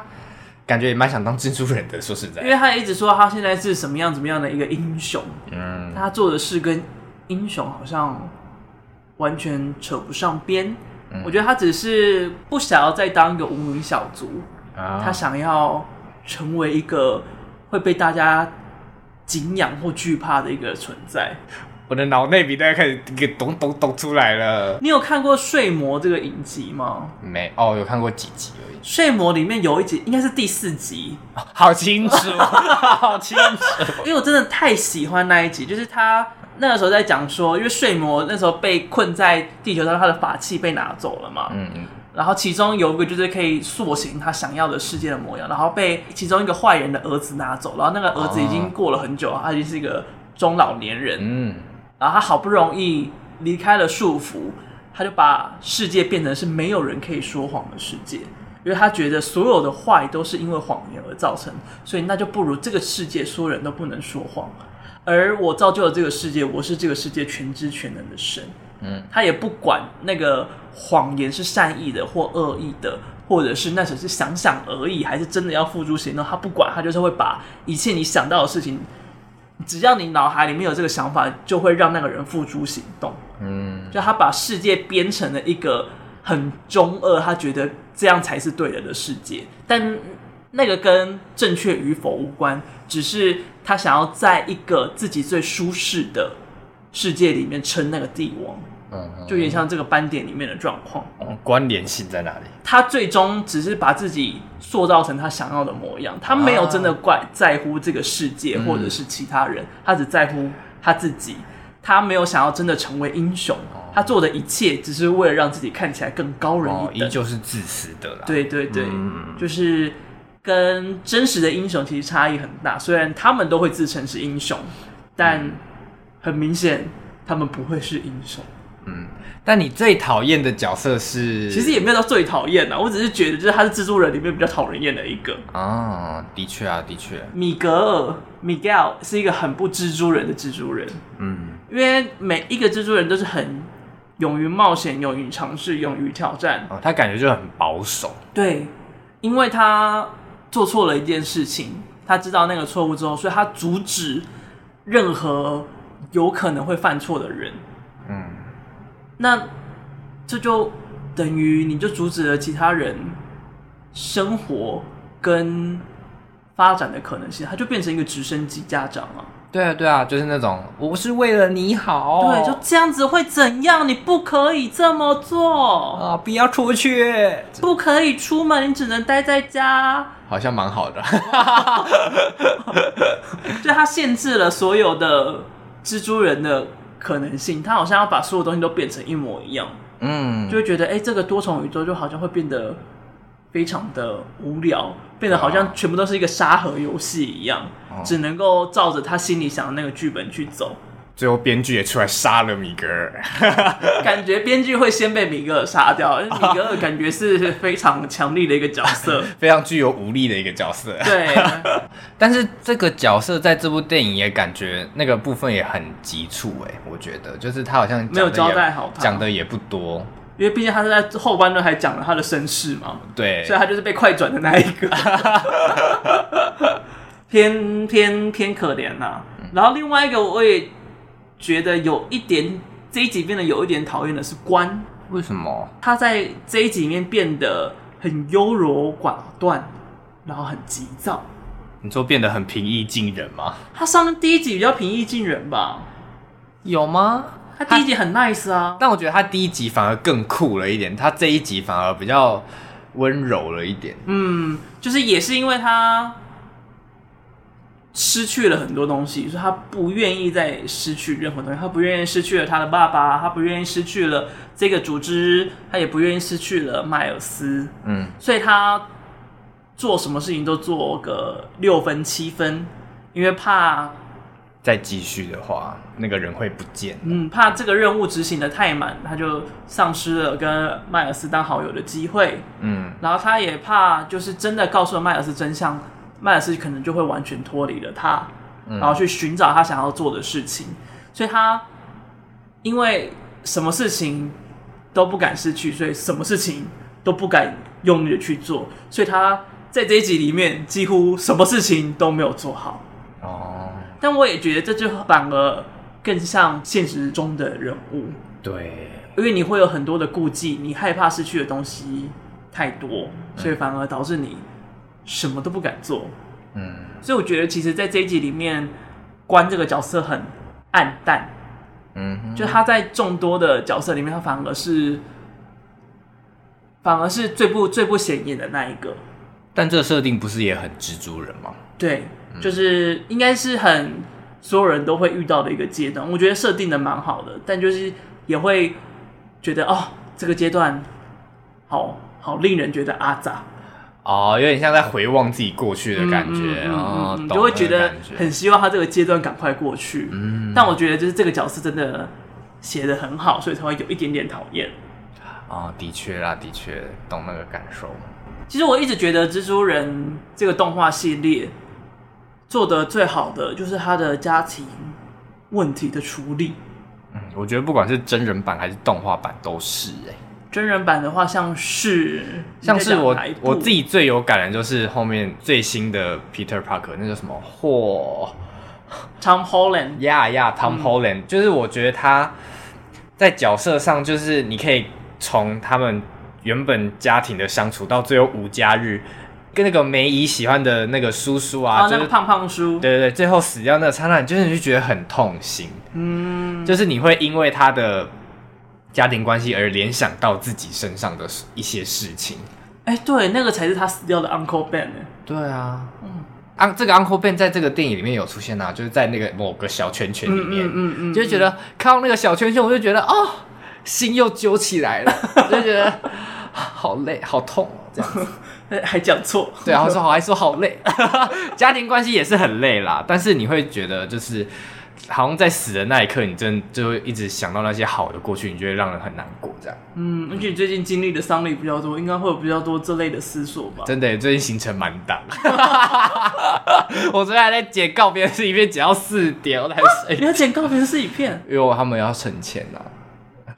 S2: 感觉也蛮想当蜘蛛人的，说实在
S1: 因，为他一直说他现在是什么样怎么样的一个英雄，
S2: 嗯，
S1: 他做的事跟英雄好像完全扯不上边。
S2: 嗯
S1: 我觉得他只是不想要再当一个无名小卒， 他
S2: 啊，
S1: 想要成为一个会被大家敬仰或惧怕的一个存在。
S2: 我的脑内皮都要开始给咚咚咚出来了。
S1: 你有看过《睡魔》这个影集吗？
S2: 没哦，有看过几集 而已，
S1: 《睡魔》里面有一集，应该是第四集，
S2: 好清楚， 好 清楚。
S1: 因为我真的太喜欢那一集，就是他那个时候在讲说，因为睡魔那时候被困在地球上，他的法器被拿走了嘛，
S2: 嗯嗯，
S1: 然后其中有一个就是可以塑形他想要的世界的模样，然后被其中一个坏人的儿子拿走，然后那个儿子已经过了很久，他已经是一个中老年人，
S2: 哦嗯，
S1: 然后他好不容易离开了束缚，他就把世界变成是没有人可以说谎的世界。因为他觉得所有的坏都是因为谎言而造成，所以那就不如这个世界所有人都不能说谎。而我造就了这个世界，我是这个世界全知全能的神。
S2: 嗯，
S1: 他也不管那个谎言是善意的或恶意的，或者是那只是想想而已，还是真的要付诸行动，他不管，他就是会把一切你想到的事情，只要你脑海里面有这个想法，就会让那个人付诸行动。
S2: 嗯，
S1: 就他把世界编成了一个很中二，他觉得这样才是对的的世界，但那个跟正确与否无关，只是他想要在一个自己最舒适的世界里面称那个帝王，
S2: 嗯，
S1: 就有点像这个斑点里面的状况。
S2: 嗯关联性在哪里？
S1: 他最终只是把自己塑造成他想要的模样，他没有真的怪在乎这个世界
S2: 啊
S1: 或者是其他人，他只在乎他自己，他没有想要真的成为英雄，他做的一切只是为了让自己看起来更高人
S2: 哦，
S1: 一
S2: 依
S1: 等。
S2: 旧是自私的啦。，
S1: 对对对，
S2: 嗯
S1: 就是跟真实的英雄其实差异很大，虽然他们都会自称是英雄，
S2: 嗯
S1: 但很明显他们不会是英雄。
S2: 但你最讨厌的角色是？
S1: 其实也没有到最讨厌啊，我只是觉得就是他是蜘蛛人里面比较讨人厌的一个。
S2: 啊，的确啊，的确，
S1: 米格尔 Miguel 是一个很不蜘蛛人的蜘蛛人，
S2: 嗯
S1: 因为每一个蜘蛛人都是很勇于冒险、勇于尝试、勇于挑战。
S2: 哦，他感觉就很保守，
S1: 对，因为他做错了一件事情，他知道那个错误之后，所以他阻止任何有可能会犯错的人。
S2: 嗯
S1: 那这就等于你就阻止了其他人生活跟发展的可能性，他就变成一个直升机家长啊。
S2: 对啊对啊，就是那种我是为了你好，
S1: 对，就这样子会怎样？你不可以这么做，
S2: 啊，不要出去，
S1: 不可以出门，你只能待在家。
S2: 好像蛮好的，
S1: 就他限制了所有的蜘蛛人的可能性，他好像要把所有东西都变成一模一样，
S2: 嗯，
S1: 就会觉得，哎、这个多重宇宙就好像会变得非常的无聊，变得好像全部都是一个沙盒游戏一样，只能够照着他心里想的那个剧本去走。
S2: 最后编剧也出来杀了米格尔，
S1: 感觉编剧会先被米格尔杀掉，因为米格尔感觉是非常强力的一个角色。
S2: 非常具有武力的一个角色。
S1: 对，啊
S2: 但是这个角色在这部电影也感觉那个部分也很急促哎、我觉得就是他好像讲
S1: 没有
S2: 得
S1: 交
S2: 也
S1: 代好他
S2: 讲的也不多，
S1: 因为毕竟他是在后半段还讲了他的身世嘛，
S2: 对
S1: 所以他就是啊被快转的那一个， 偏偏偏可怜呐、然后另外一个我也觉得有一点这一集变得有一点讨厌的是关，
S2: 为什么？
S1: 他在这一集里面变得很优柔寡断，然后很急躁。
S2: 你说变得很平易近人吗？
S1: 他上第一集比较平易近人吧，
S2: 有吗？
S1: 他第一集很 nice 啊，
S2: 但我觉得他第一集反而更酷了一点，他这一集反而比较温柔了一点。
S1: 嗯，就是也是因为他失去了很多东西，所以他不愿意再失去任何东西。他不愿意失去了他的爸爸，他不愿意失去了这个组织，他也不愿意失去了迈尔斯。
S2: 嗯，
S1: 所以他做什么事情都做个六分七分，因为怕
S2: 再继续的话，那个人会不见。
S1: 嗯怕这个任务执行的太满，他就丧失了跟迈尔斯当好友的机会。
S2: 嗯，
S1: 然后他也怕，就是真的告诉了迈尔斯真相，迈尔斯可能就会完全脱离了他，然后去寻找他想要做的事情。所以他因为什么事情都不敢失去，所以什么事情都不敢用力的去做。所以他在这一集里面几乎什么事情都没有做好。
S2: 哦，
S1: 但我也觉得这就反而更像现实中的人物，
S2: 对，
S1: 因为你会有很多的顾忌，你害怕失去的东西太多，所以反而导致你什么都不敢做。
S2: 嗯，
S1: 所以我觉得，其实，在这一集里面，关这个角色很暗淡，
S2: 嗯，
S1: 就他在众多的角色里面，他反而是反而是最不最不显眼的那一个。
S2: 但这个设定不是也很蜘蛛人吗？
S1: 对，
S2: 嗯
S1: 就是应该是很所有人都会遇到的一个阶段。我觉得设定的蛮好的，但就是也会觉得哦，这个阶段好好令人觉得阿杂
S2: 哦，有点像在回望自己过去的感觉，
S1: 嗯嗯嗯
S2: 哦，
S1: 嗯
S2: 懂
S1: 就会觉
S2: 那个
S1: 得
S2: 感觉
S1: 很希望他这个阶段赶快过去。
S2: 嗯
S1: 但我觉得就是这个角色真的写的很好，所以才会有一点点讨厌。
S2: 哦，的确啦，的确懂那个感受。
S1: 其实我一直觉得蜘蛛人这个动画系列做的最好的就是他的家庭问题的处理。
S2: 嗯，我觉得不管是真人版还是动画版都是哎、
S1: 真人版的话，像是
S2: 像是我
S1: 你在讲哪一部
S2: 我自己最有感的就是后面最新的 Peter Parker，那叫什么霍
S1: Tom Holland，
S2: 呀呀 Tom Holland，、就是我觉得他在角色上就是你可以从他们原本家庭的相处到最后无家日，跟那个梅姨喜欢的那个叔叔
S1: 啊，
S2: 啊，就
S1: 那
S2: 是
S1: 个胖胖叔，
S2: 对对对，最后死掉那个刹那，你就是你就觉得很痛心，
S1: 嗯，
S2: 就是你会因为他的家庭关系而联想到自己身上的一些事情。
S1: 哎、对，那个才是他死掉的 Uncle Ben 哎、
S2: 对啊，嗯，啊，这个 Uncle Ben 在这个电影里面有出现啊，就是在那个某个小圈圈里面，
S1: 嗯嗯，
S2: 就觉得看到那个小圈圈，我就觉得哦，心又揪起来 了，就觉得啊好累，好痛哦，这样子。
S1: 哎还讲错，
S2: 对，然后说好，还说好累， 家庭关系也是很累啦，但是你会觉得就是。好像在死的那一刻，你真就会一直想到那些好的过去，你就会让人很难过。这样
S1: 嗯，而且你最近经历的丧礼比较多，应该会有比较多这类的思索吧。
S2: 真的耶，最近行程蛮 大。我昨天还在剪告别式，一边剪到四点，我才睡
S1: 你要剪告别式影片，
S2: 因为他们要省钱呐、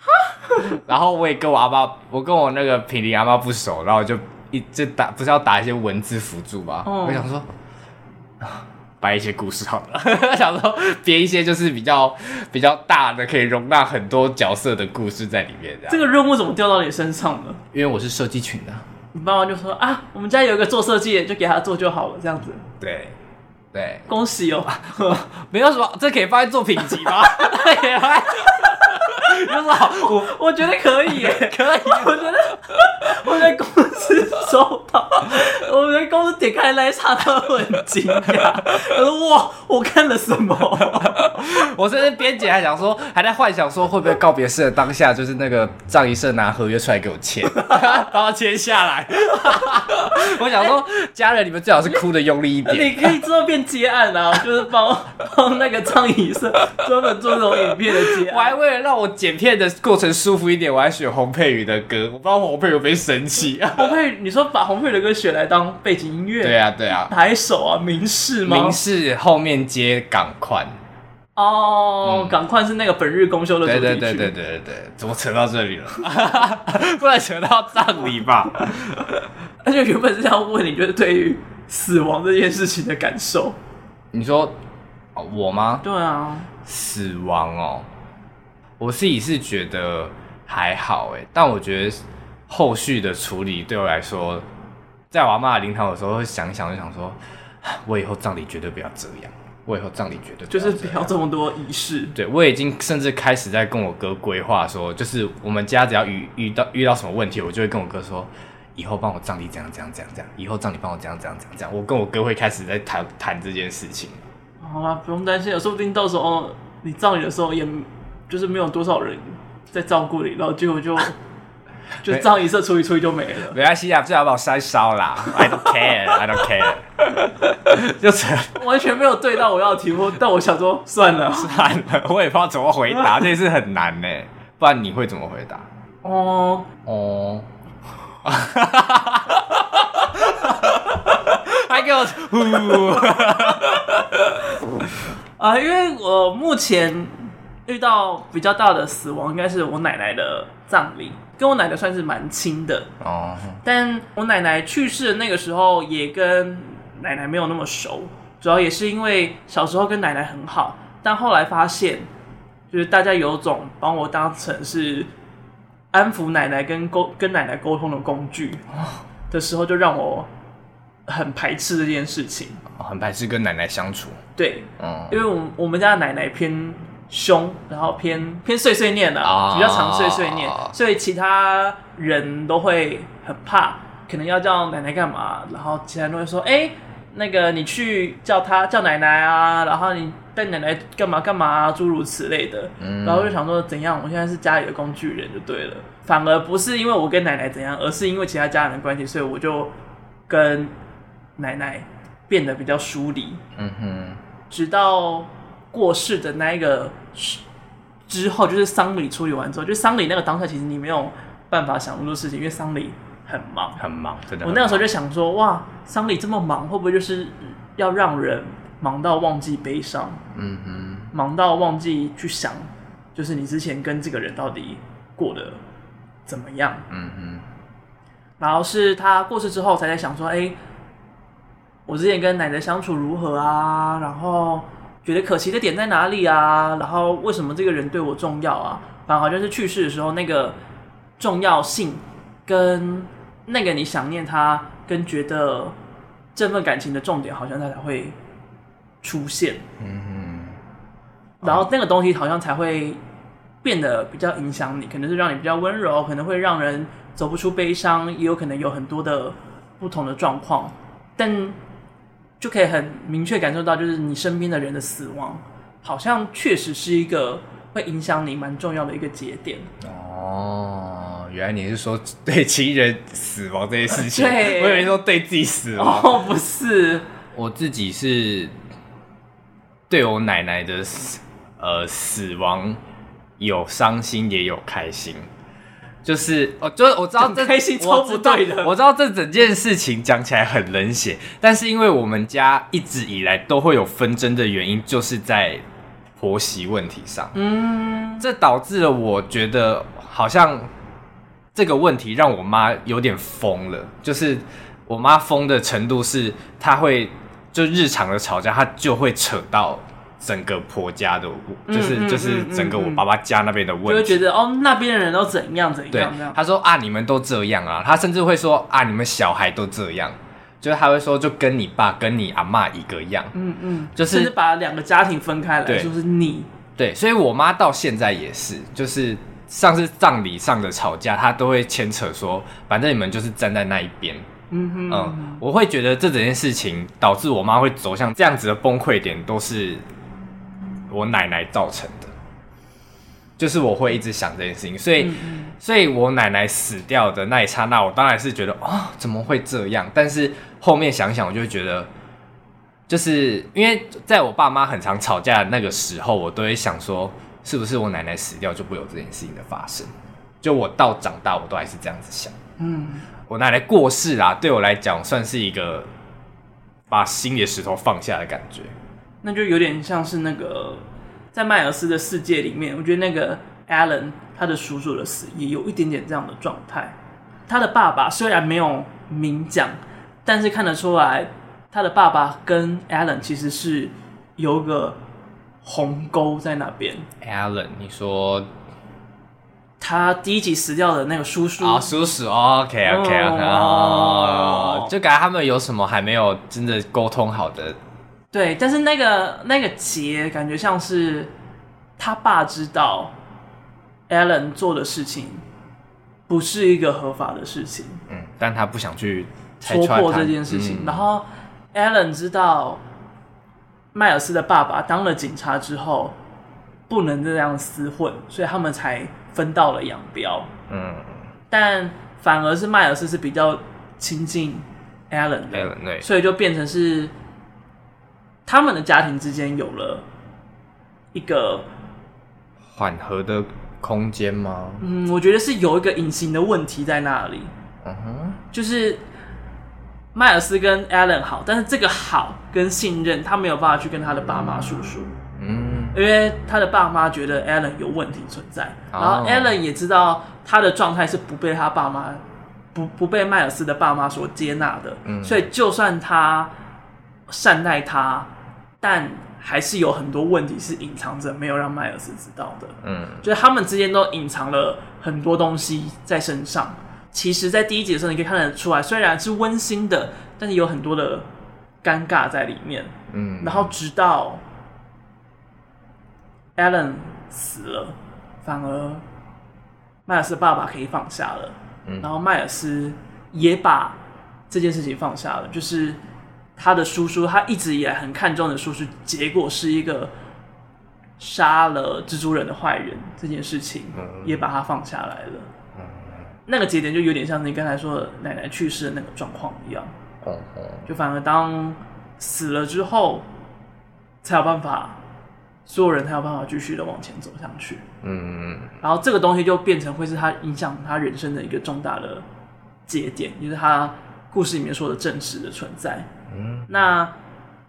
S2: 然后我也跟我阿妈，我跟我那个平林阿妈不熟，然后我就一就打不是要打一些文字辅助嘛，
S1: 哦
S2: 我想说。 掰一些故事好了， 想说编一些就是比较比较大的，可以容纳很多角色的故事在里面这样。
S1: 这个任务怎么掉到你身上了？
S2: 因为我是设计群的、
S1: 你爸妈就说啊，我们家有一个做设计的，就给他做就好了，这样子，
S2: 对对，
S1: 恭喜哦。
S2: 没有什么，这可以放在作品集吗？ 这可以放在， 就是好，我
S1: 我觉得可以耶， 可以。我觉得我在公司收到，我在公司点开那一刹那，我很惊讶，我说哇，我看了什么？
S2: 我甚至编辑还想说，还在幻想说会不会告别式的当下，就是那个葬仪社拿合约出来给我签，然后签下来。我想说，家人你们最好是哭的用力一点。
S1: 你可以之后变接案啊，就是帮帮那个张医生专门做这种影片的接
S2: 我还
S1: 案。
S2: 为了让我剪片的过程舒服一点，我还选洪佩瑜的歌，我不知道洪佩瑜会不会生气。
S1: 洪佩，你说把洪佩的歌选来当背景音乐，
S2: 对啊，对啊，
S1: 哪一首啊？明示吗
S2: 明？示后面接港宽。
S1: 哦，赶快是那个本日公休的主
S2: 对
S1: 题
S2: 对
S1: 曲。
S2: 对对对对对，怎么扯到这里了？不然扯到葬礼吧。
S1: 而且原本是要问你，就是对于死亡这件事情的感受。
S2: 你说哦我吗？
S1: 对啊，
S2: 死亡哦，我自己是觉得还好哎，但我觉得后续的处理对我来说，在我阿妈灵堂的时候会想一想，就想说，啊我以后葬礼绝对不要这样，我以后葬礼绝对不
S1: 就
S2: 要
S1: 是
S2: 这
S1: 不要
S2: 样。
S1: 这么多仪式。
S2: 对，我已经甚至开始在跟我哥规划说，就是我们家只要遇遇到遇到什么问题，我就会跟我哥说，以后帮我葬礼怎样怎样怎样怎样，以后葬礼帮我怎样怎样怎样怎样。我跟我哥会开始在谈谈这件事情。
S1: 好啦，不用担心了，说不定到时候你葬礼的时候也嗯就是没有多少人在照顾你，然后结果就就葬仪社处理处理就没了。
S2: 没关系啊，最好把我塞烧啦。I don't care, I don't care，就是
S1: 完全没有对到我要的题目，但我想说算了。
S2: 算了，我也不知道怎么回答，这也是很难呢。不然你会怎么回答？
S1: 哦，
S2: 哦， 还给我呼，
S1: 啊，因为我目前遇到比较大的死亡，应该是我奶奶的葬礼，跟我奶奶算是蛮亲的。
S2: 哦，
S1: 但我奶奶去世的那个时候，也跟奶奶没有那么熟，主要也是因为小时候跟奶奶很好，但后来发现，就是大家有种把我当成是安抚奶奶跟沟跟奶奶沟通的工具的时候，就让我很排斥这件事情。
S2: 很排斥跟奶奶相处。
S1: 对，
S2: 嗯，
S1: 因为我们我们家的奶奶偏凶，然后偏偏碎碎念的、
S2: 啊
S1: 比较常碎碎念，所以其他人都会很怕，可能要叫奶奶干嘛，然后其他人都会说，哎、那个你去叫她叫奶奶啊，然后你带奶奶干嘛干嘛啊，诸如此类的。
S2: 嗯
S1: 然后我就想说，怎样？我现在是家里的工具人就对了，反而不是因为我跟奶奶怎样，而是因为其他家人的关系，所以我就跟奶奶变得比较疏离。
S2: 嗯哼，
S1: 直到过世的那一个时之后，就是丧礼处理完之后，就是丧礼那个当下，其实你没有办法想那么多事情，因为丧礼很忙。
S2: 很忙，真的很忙。
S1: 我那个时候就想说，哇，丧礼这么忙，会不会就是要让人忙到忘记悲伤，
S2: 嗯哼，
S1: 忙到忘记去想，就是你之前跟这个人到底过得怎么样？
S2: 嗯哼，
S1: 然后是他过世之后才在想说，哎、我之前跟奶奶相处如何啊？然后觉得可惜的点在哪里啊？然后为什么这个人对我重要啊？反而好像是去世的时候那个重要性跟那个你想念他跟觉得这份感情的重点，好像它才会出现，
S2: 嗯，
S1: 然后那个东西好像才会变得比较影响你，可能是让你比较温柔，可能会让人走不出悲伤，也有可能有很多的不同的状况，但就可以很明确感受到，就是你身边的人的死亡，好像确实是一个会影响你蛮重要的一个节点。
S2: 哦，原来你是说对亲人死亡这些事情，
S1: 对
S2: 我以为说对自己死亡。
S1: 哦，不是，
S2: 我自己是对我奶奶的死呃死亡有伤心也有开心，就是哦，就是我知道这
S1: 很开心
S2: 我
S1: 超不对的
S2: 知道我知道这整件事情讲起来很冷血，但是因为我们家一直以来都会有纷争的原因，就是在婆媳问题上，
S1: 嗯，
S2: 这导致了我觉得好像这个问题让我妈有点疯了，就是我妈疯的程度是，她会就日常的吵架，她就会扯到整个婆家的，就是、
S1: 嗯嗯
S2: 就是整个我爸爸家那边的
S1: 就
S2: 问
S1: 会觉
S2: 题。
S1: 得哦，那边的人都怎样怎
S2: 对
S1: 样这，样。
S2: 她说啊，你们都这样啊，她甚至会说啊，你们小孩都这样，就是她会说就跟你爸跟你阿妈一个样，
S1: 嗯嗯，
S2: 就
S1: 甚至
S2: 是
S1: 把两个家庭分开来，
S2: 对
S1: 就是你
S2: 对，所以我妈到现在也是，就是上次葬礼上的吵架，她都会牵扯说，反正你们就是站在那一边。
S1: 嗯哼，
S2: 嗯，我会觉得这整件事情导致我妈会走向这样子的崩溃点，都是我奶奶造成的。就是我会一直想这件事情，所以，所以我奶奶死掉的那一刹那，我当然是觉得哦，怎么会这样？但是后面想想，我就会觉得，就是因为在我爸妈很常吵架的那个时候，我都会想说，是不是我奶奶死掉就不会有这件事情的发生？就我到长大，我都还是这样子想。
S1: 嗯，
S2: 我奶奶过世啦，对我来讲算是一个把心里的石头放下的感觉。
S1: 那就有点像是那个在迈尔斯的世界里面，我觉得那个 Alan 他的叔叔的死也有一点点这样的状态。他的爸爸虽然没有明讲，但是看得出来，他的爸爸跟 Alan 其实是有个鸿沟在那边。
S2: Alan，你说
S1: 他第一集死掉的那个叔叔
S2: 啊，叔叔，OK OK
S1: 哦
S2: OK，哦，就感觉他们有什么还没有真的沟通好的，
S1: 对，但是那个那个结感觉像是他爸知道 Alan 做的事情不是一个合法的事情，
S2: 嗯，但他不想去拆
S1: 戳
S2: 穿
S1: 破
S2: 他
S1: 这件事情。
S2: 嗯
S1: 然后 Alan 知道迈尔斯的爸爸当了警察之后不能这样厮混，所以他们才分道了扬镳。
S2: 嗯
S1: 但反而是迈尔斯是比较亲近 Alan 的。
S2: ，Alan 对，
S1: 所以就变成是他们的家庭之间有了一个，
S2: 缓和的空间吗？
S1: 嗯，我觉得是有一个隐形的问题在那里，
S2: 嗯哼，
S1: 就是迈尔斯跟 Alan 好，但是这个好跟信任，他没有办法去跟他的爸妈诉说，
S2: 嗯，
S1: 因为他的爸妈觉得 Alan 有问题存在，然后
S2: 哦
S1: Alan 也知道他的状态是不被他爸妈不不被迈尔斯的爸妈所接纳的，
S2: 嗯
S1: 所以就算他善待他，但还是有很多问题是隐藏着没有让迈尔斯知道的，
S2: 嗯
S1: 就是他们之间都隐藏了很多东西在身上。其实，在第一集的时候，你可以看得出来，虽然是温馨的，但是有很多的尴尬在里面。
S2: 嗯，
S1: 然后直到 Alan 死了，反而迈尔斯爸爸可以放下了，
S2: 嗯
S1: 然后迈尔斯也把这件事情放下了，就是他的叔叔，他一直以来很看重的叔叔，结果是一个杀了蜘蛛人的坏人这件事情，
S2: 嗯
S1: 也把他放下来了。那个节点就有点像你刚才说的奶奶去世的那个状况一样，
S2: 嗯嗯
S1: 就反而当死了之后，才有办法，所有人才有办法继续的往前走下去。
S2: 嗯
S1: 然后这个东西就变成会是他影响他人生的一个重大的节点，就是他故事里面说的真实的存在。
S2: 嗯，
S1: 那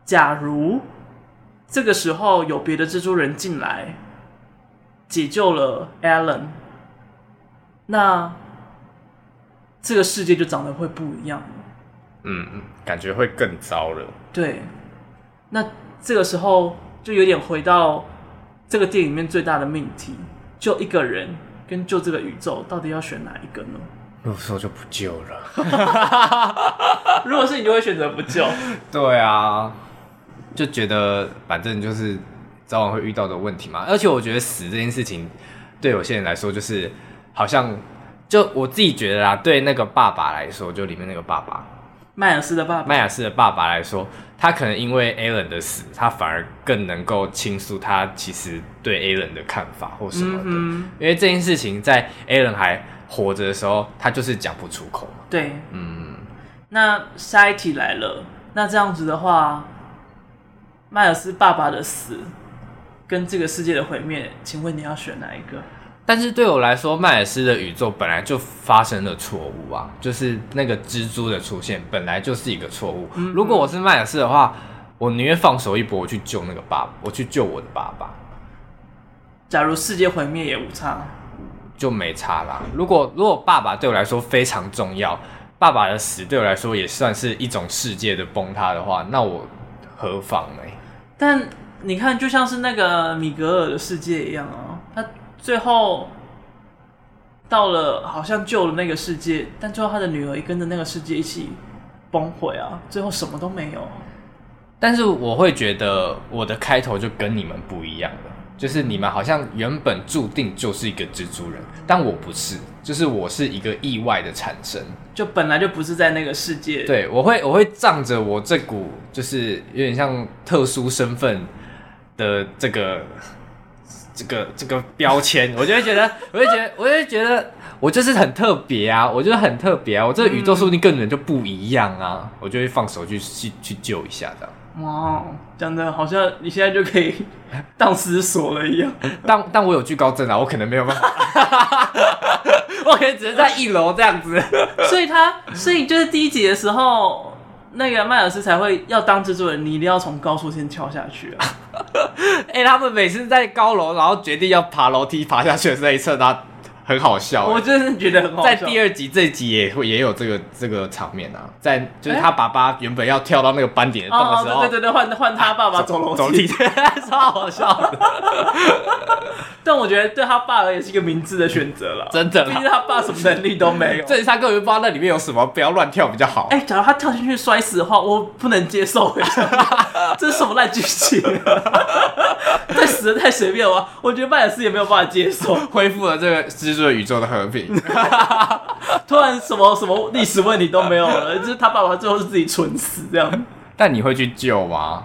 S1: 假如这个时候有别的蜘蛛人进来，解救了 Alan，那这个世界就长得会不一样了。
S2: 嗯嗯，感觉会更糟了。
S1: 对，那这个时候就有点回到这个电影里面最大的命题，就一个人跟救这个宇宙，到底要选哪一个呢？
S2: 如果是我就不救了。
S1: 如果是你，就会选择不救。
S2: 对啊，就觉得反正就是早晚会遇到的问题嘛。而且我觉得死这件事情，对有些人来说，就是好像就我自己觉得啦，对那个爸爸来说，就里面那个爸爸
S1: 迈尔斯的爸爸，
S2: 麦雅斯的爸爸来说，他可能因为 Alan 的死，他反而更能够倾诉他其实对 Alan 的看法或什么的。
S1: 嗯
S2: 因为这件事情在 Alan 还活着的时候，他就是讲不出口嘛
S1: 哼，。对。
S2: 嗯，
S1: 那下一题来了，那这样子的话，迈尔斯爸爸的死跟这个世界的毁灭，请问你要选哪一个？
S2: 但是对我来说，迈尔斯的宇宙本来就发生了错误啊，就是那个蜘蛛的出现本来就是一个错误。如果我是迈尔斯的话，我宁愿放手一搏，我去救那个爸，我去救我的爸爸，
S1: 假如世界毁灭也无差，
S2: 就没差啦。如果如果爸爸对我来说非常重要，爸爸的死对我来说也算是一种世界的崩塌的话，那我何妨呢？
S1: 但你看，就像是那个米格尔的世界一样哦，他最后到了好像救了那个世界，但最后他的女儿也跟着那个世界一起崩毁啊，最后什么都没有。
S2: 但是我会觉得我的开头就跟你们不一样了，就是你们好像原本注定就是一个蜘蛛人，但我不是，就是我是一个意外的产生。
S1: 就本来就不是在那个世界，
S2: 对，我会我会仗着我这股就是有点像特殊身份的这个这个这个标签，我就会觉得，我就会觉得，我就会觉得我就是很特别啊，我就是很特别啊，我这个宇宙说不定跟你们就不一样啊，我就会放手去去去救一下这样。
S1: 哇，哦讲的好像你现在就可以 当思索了一样。
S2: 但但我有惧高症啊，我可能没有办法，我可能只是在一楼这样子。
S1: 所以他，所以就是第一集的时候，那个迈尔斯才会要当制作人，你一定要从高处先跳下去啊！
S2: 哎、他们每次在高楼，然后决定要爬楼梯爬下去的那一侧，他很好笑、
S1: 我
S2: 欸。
S1: 真的觉得很好笑。
S2: 在第二集这集也会也有这个这个场面啊，在就是他爸爸原本要跳到那个斑点的洞的
S1: 哎哦，
S2: 时候，
S1: 对对对对，换换他 爸爸走楼梯，
S2: 走梯 超好笑的，
S1: 但我觉得对他爸而言是一个明智的选择了，
S2: 真的
S1: 毕
S2: 啦
S1: 竟。他爸什么能力都没有。
S2: 这他根本不知道那里面有什么，不要乱跳比较好。
S1: 哎、假如他跳进去摔死的话，我不能接 受。哎这是什么烂剧情、啊？ 这死的太随便了吧，我觉得迈尔斯也没有办法接受。
S2: 恢复了这个蜘蛛的宇宙的和 平。
S1: 突然什么什么历史问题都没有了，就是他爸爸最后是自己蠢死这样。
S2: 但你会去救吗？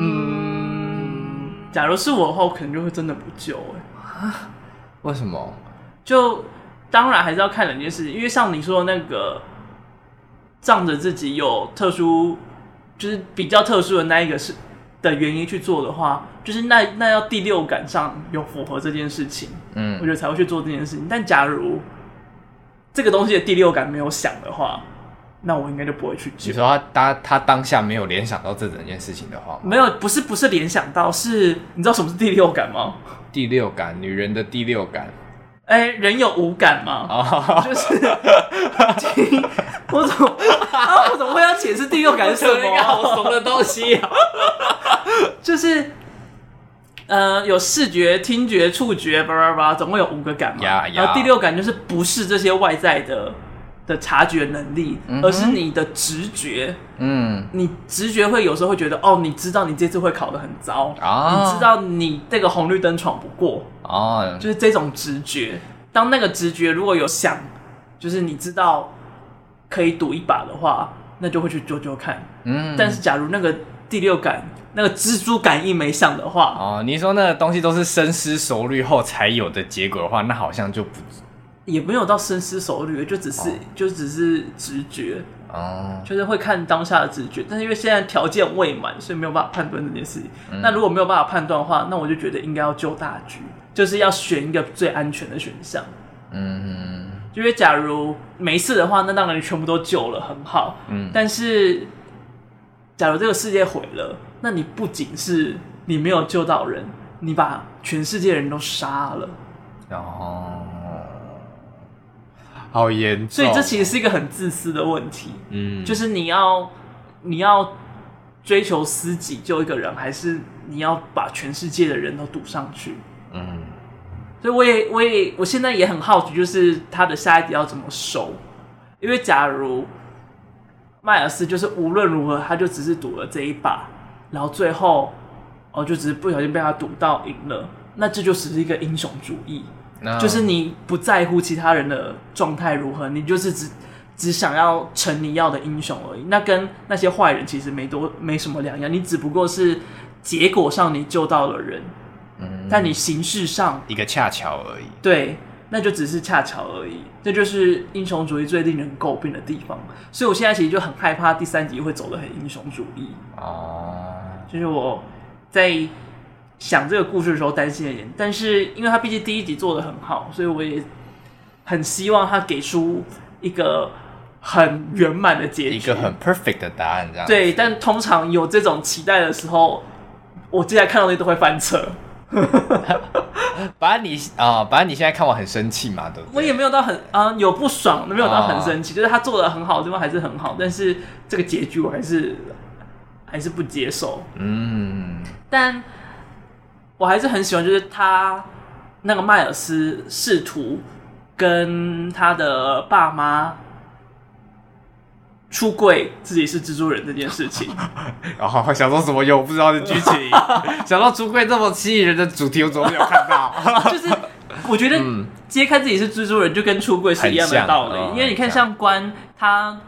S1: 嗯，假如是我的话，我可能就会真的不救、欸。
S2: 为什么？
S1: 就当然还是要看两件事情，因为像你说的那个，仗着自己有特殊，就是比较特殊的那一个是的原因去做的话，就是那那要第六感上有符合这件事情，
S2: 嗯
S1: 我觉得才会去做这件事情。但假如这个东西的第六感没有响的话，那我应该就不会去救
S2: 你。说他当他当下没有联想到这整件事情的话，
S1: 没有，不是不是联想到，是你知道什么是第六感吗？
S2: 第六感，女人的第六感
S1: 哎、人有五感吗？
S2: 啊，
S1: 就是听，我怎么啊？我怎么会要解释第六感是什么啊、
S2: 怂 的东西啊！
S1: 就是呃，有视觉、听觉、触觉，叭叭叭，总共有五个感嘛。
S2: 呀呀
S1: 然后第六感就是不是这些外在的的察觉能力，而是你的直觉。
S2: 嗯
S1: 你直觉会有时候会觉得，哦，你知道你这次会考得很糟，
S2: 啊
S1: 你知道你这个红绿灯闯不过，
S2: 哦，
S1: 就是这种直觉。当那个直觉如果有想，就是你知道可以赌一把的话，那就会去救救看。
S2: 嗯，
S1: 但是假如那个第六感、那个蜘蛛感应没上的话，
S2: 哦，你说那个东西都是深思熟虑后才有的结果的话，那好像就不
S1: 也没有到深思熟虑，就只是、
S2: 哦
S1: 就只是直觉，
S2: 哦，
S1: 就是会看当下的直觉。但是因为现在条件未满，所以没有办法判断这件事情。
S2: 嗯
S1: 那如果没有办法判断的话，那我就觉得应该要救大局，就是要选一个最安全的选项。
S2: 嗯
S1: 因为假如没事的话，那当然全部都救了，很好。
S2: 嗯
S1: 但是假如这个世界毁了，那你不仅是你没有救到人，你把全世界人都杀了，
S2: 然后哦好严重，
S1: 所以这其实是一个很自私的问题，
S2: 哦嗯
S1: 就是是你要你要追求私己救一个人，还是你要把全世界的人都堵上去？
S2: 嗯
S1: 所以我也我也我现在也很好奇，就是他的下一集要怎么收，因为假如迈尔斯就是无论如何他就只是赌了这一把，然后最后哦就只是不小心被他赌到赢了，那这就只是一个英雄主义，
S2: 那
S1: 就是你不在乎其他人的状态如何，你就是只只想要成你要的英雄而已。那跟那些坏人其实没多没什么两样，你只不过是结果上你救到了人，
S2: 嗯
S1: 但你形式上
S2: 一个恰巧而已。
S1: 对，那就只是恰巧而已。这就是英雄主义最令人诟病的地方。所以我现在其实就很害怕第三集会走得很英雄主义，
S2: 哦，
S1: 就是我在想这个故事的时候担心的点。但是因为他毕竟第一集做的很好，所以我也很希望他给出一个很圆满的结局。
S2: 一个很 perfect 的答案这样。，
S1: 对，但通常有这种期待的时候，我接下来看到的都会翻车。
S2: 反正你啊，反正你现在看我很生气嘛，对不对？啊
S1: 我也没有到很啊、有不爽，没有到很生气，就是他做的很好的地方还是很好，但是这个结局我还是还是不接受。
S2: 嗯，
S1: 但我还是很喜欢，就是他那个迈尔斯试图跟他的爸妈出柜自己是蜘蛛人这件事 情。
S2: 然后哦想说什么有我不知道的剧情，想到出柜这么吸引人的主题，我怎么没有看 到？
S1: 就是我觉得揭开自己是蜘蛛人，就跟出柜是一样的道
S2: 嗯很像
S1: 理。因为你看，
S2: 嗯很像
S1: 像关他